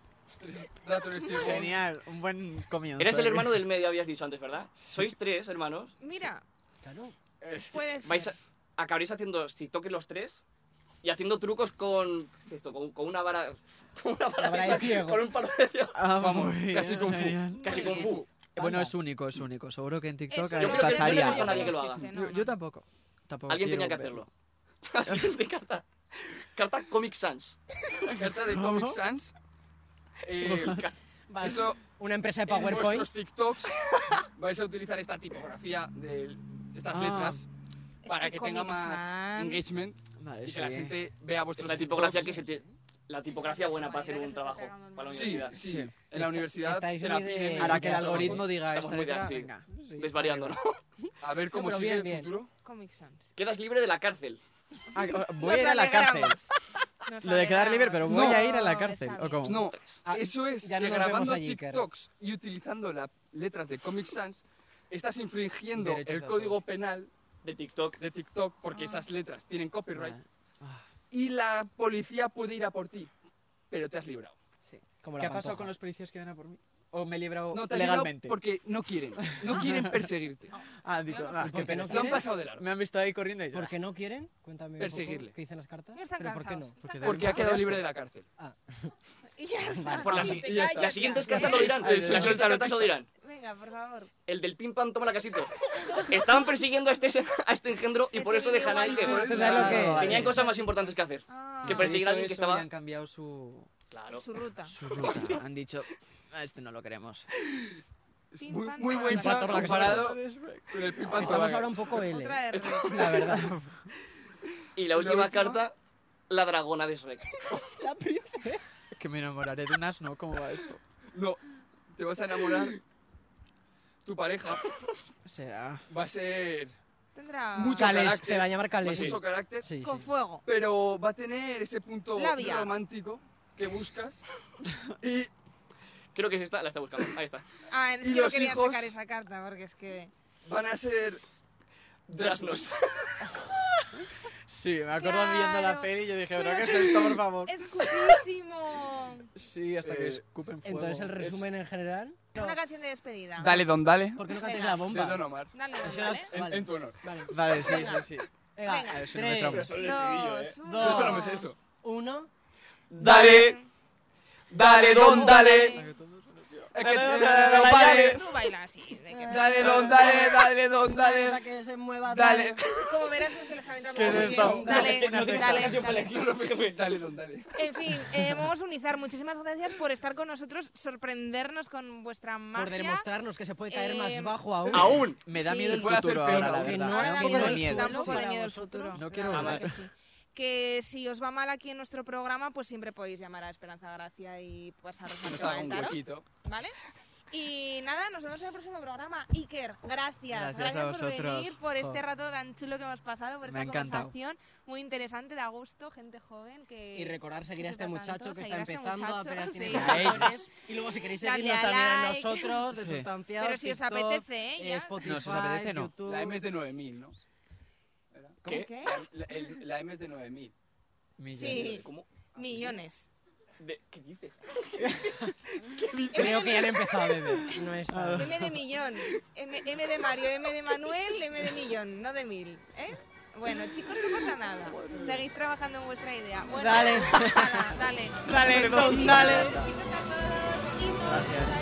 H: Ratones ciegos.
C: genial. Un buen comienzo. eh.
G: Eres el hermano del medio, habías dicho antes, ¿verdad? Sois tres hermanos.
A: Mira,
B: Claro.
A: puedes.
G: Vais a- acabaréis haciendo, si toques los tres, y haciendo trucos con. ¿qué es esto? Con, con una vara. Con una vara,
B: vara de ciego.
G: Con un palo de ciego.
C: Ah,
H: Vamos,
C: muy bien,
H: casi Kung Fu.
C: genial.
G: Casi
A: Muy
G: con fu.
C: Eh, Bueno, es único, es único. Seguro que en
A: Eso
C: TikTok
A: no
G: Yo creo que
A: existe,
G: pasaría.
A: no
G: conozco a nadie que lo haga.
A: existe, no,
C: Yo,
A: no.
C: yo tampoco. tampoco
G: Alguien
C: quiero
G: tenía que
C: verlo.
G: hacerlo. La siguiente carta. Carta Comic Sans.
H: Carta de Comic Sans. Eh,
B: Vas-
H: eso
B: Una empresa de
H: en
B: PowerPoint.
H: vuestros TikToks vais a utilizar esta tipografía de estas
C: Ah.
H: letras
A: Es
H: para
A: que
H: que tenga
A: Comic
H: más
A: Sans-
H: engagement
C: Vale,
H: y
C: sí.
H: que la gente vea
G: Es
H: vuestros
G: la tipografía que
H: TikToks.
G: se te. la tipografía buena para hacer un trabajo para la
H: ¿eh? Sí,
G: universidad.
H: sí. En la universidad.
B: estáis
H: en la-
B: muy de-
H: en
I: Para que el
H: trabajo.
I: algoritmo diga
G: Estamos
I: esta
G: muy de
I: letra,
G: así.
I: venga. Sí.
G: Ves variando, ¿no?
H: A ver cómo
B: pero
H: sigue
B: bien,
H: el
B: bien.
H: futuro.
A: Comic Sans.
G: Quedas libre de la cárcel.
C: Ah, voy a ir a la cárcel. Lo de quedar libre, pero voy a ir a la cárcel. ¿O cómo?
H: No,
B: Ah,
H: eso es
B: ya no
H: que
B: nos vemos
H: grabando
B: allí, Kerr.
H: TikToks y utilizando las letras de Comic Sans estás infringiendo
C: Derechos
H: el
C: de
H: código penal
G: De TikTok.
H: de TikTok
B: Ah.
H: porque esas letras tienen copyright y la policía puede ir a por ti, pero te has librado.
B: Como la
C: ¿Qué ha pasado
B: pantoja.
C: con los policías que van a por mí? ¿O me he librado
H: No te has librado
C: legalmente?
H: porque no quieren, no quieren perseguirte.
C: Ah, han dicho, ah,
B: ¿Y por
C: qué
B: qué no
C: pena.
H: Lo han
B: quieren?
H: pasado de largo
C: Me han visto ahí corriendo y yo,
B: ¿Por qué no quieren? Cuéntame un
H: Perseguirle.
B: poco qué dicen las cartas.
A: Están
B: Pero ¿por qué
A: cansados.
B: no?
C: ¿por qué te-
H: porque ha quedado libre de la cárcel.
A: Y ya está.
G: Por la,
A: Y
G: si-
A: te
H: ya está.
A: callas
G: las siguientes
A: Ah, ya.
G: cartas lo dirán.
H: Eso,
G: Las siguientes
H: suelta la
G: cartas lo dirán.
A: Venga, por favor.
G: El del pim pam toma la casito. Estaban persiguiendo a este, se- a este engendro y
A: Ese
G: por eso
A: niño
G: dejan a
A: guay.
G: alguien.
B: ¿Tú sabes lo que es?
G: Tenían cosas más importantes que hacer.
A: Ah,
G: Que
C: Han
G: perseguir
C: dicho
G: a alguien que
C: eso
G: estaba-
C: y han cambiado su,
G: Claro.
A: su ruta.
C: su ruta. Han dicho, "A este no lo queremos.
H: Es
A: Pim,
H: muy,
A: pam,
H: muy
A: pam,
H: buen
A: pam,
H: chat
A: pam, pam.
H: comparado con el pim pam,
B: Estamos
H: pam.
B: ahora un poco L,
A: Otra R.
B: la verdad.
G: Y la última,
H: última?
G: carta, la dragona de Shrek.
C: Que me enamoraré de un asno, ¿cómo va esto?
H: No, te vas a enamorar. Tu pareja
C: Será...
H: va a ser
A: Tendrá
H: mucho
B: Cales,
H: carácter.
B: se va a llamar Cales.
H: Mucho carácter,
B: Sí, sí.
A: con fuego.
H: pero va a tener ese punto
A: Labia.
H: romántico que buscas. Y
G: Creo que es esta, la está buscando. Ahí está.
A: Ah, es
H: Y
A: que no
H: los
A: quería
H: hijos-
A: sacar esa carta porque es que
H: van a ser
G: Drasnos.
C: Sí, me acuerdo viendo
A: Claro.
C: la peli y yo dije,
A: Pero
C: ¿pero qué es
A: que-
C: esto, por favor?
A: es cutísimo.
C: Sí, hasta que
H: Eh,
C: escupen fuego.
B: Entonces el resumen en general. No,
A: Una canción de despedida.
H: Don Dale
B: ¿Por qué no cantáis la
H: de
B: bomba?
H: Don Omar.
A: Dale,
B: Es que
A: dale.
B: las-
H: En,
B: Vale.
H: en tu honor.
B: Vale.
C: Vale, sí, sí, sí.
B: Venga,
A: Venga. A
C: ver si no me
B: tres,
C: traumas.
A: Dos, uno.
H: Yo solo me sé eh. eso.
B: uno.
H: Dale, dale, don, dale. Es que
C: Dale,
H: dale, don, dale.
A: Tú baila así. de que-
H: Dale, don, dale, dale, don,
B: Para
H: dale.
B: que se mueva.
H: Dale,
A: Como verás, no se les aventura
C: ¿Qué es
A: muy
C: esto?
A: bien. Dale,
C: Es que no sé
A: dale,
C: esta
A: dale.
H: dale, don, dale.
A: En fin, eh, vamos a unizar. Muchísimas gracias por estar con nosotros, sorprendernos con vuestra
B: Por
A: magia.
B: demostrarnos que se puede caer
A: eh,
B: más bajo aún.
G: Aún.
C: Me da
A: Sí.
C: miedo el
H: Se puede hacer
C: futuro
H: peor
C: ahora, la
H: aún.
B: Que
C: verdad.
B: no
C: Me da
B: haga
C: un poco de
B: miedo.
C: miedo.
A: Da un poco de
B: Sí.
A: miedo el
B: Para
A: futuro.
C: No quiero
A: la verdad
C: volver.
A: que sí. Que si os va mal aquí en nuestro programa, pues siempre podéis llamar a Esperanza Gracia y pasaros a
H: Nos
A: probar
H: haga
A: el
H: un
A: tarot,
H: huequito.
A: ¿vale? Y nada, nos vemos en el próximo programa. Iker, gracias.
C: Gracias
A: por
C: a vosotros.
A: venir, por este
C: Joder.
A: rato tan chulo que hemos pasado, por
C: Me ha
A: esta
C: encantado.
A: conversación muy interesante, de a gusto, gente joven que...
B: Y recordar seguir a este
A: Súper
B: muchacho
A: tanto,
B: que
A: seguir
B: está
A: a este
B: empezando
A: muchacho,
B: apenas tiene
A: sí.
B: seguidores. Y luego si queréis
A: Dadle
B: seguirnos
A: a
B: también a
A: like.
B: nosotros, de
C: Sí.
B: sustanciados,
A: Pero si os
B: TikTok,
A: apetece, ¿eh?
B: eh,
A: Ya.
B: Spotify,
C: No, si os apetece, no.
B: YouTube.
H: La M es de 9000, ¿no? ¿Era?
A: ¿Qué?
H: La, el- la M es de 9000.
C: Millones.
A: Sí,
G: ¿Cómo?
A: millones.
G: ¿De- ¿Qué dices?
B: Creo que ya le he empezado a beber. No
C: Ah,
B: está.
A: M de millón, M, M de Mario, M de Manuel, M de millón, no de mil, ¿eh? Bueno, chicos, no pasa nada. Seguid trabajando en vuestra idea. Bueno,
B: Dale.
A: nada, dale.
B: Dale, don, dale.
A: Besitos a todos y nos vemos.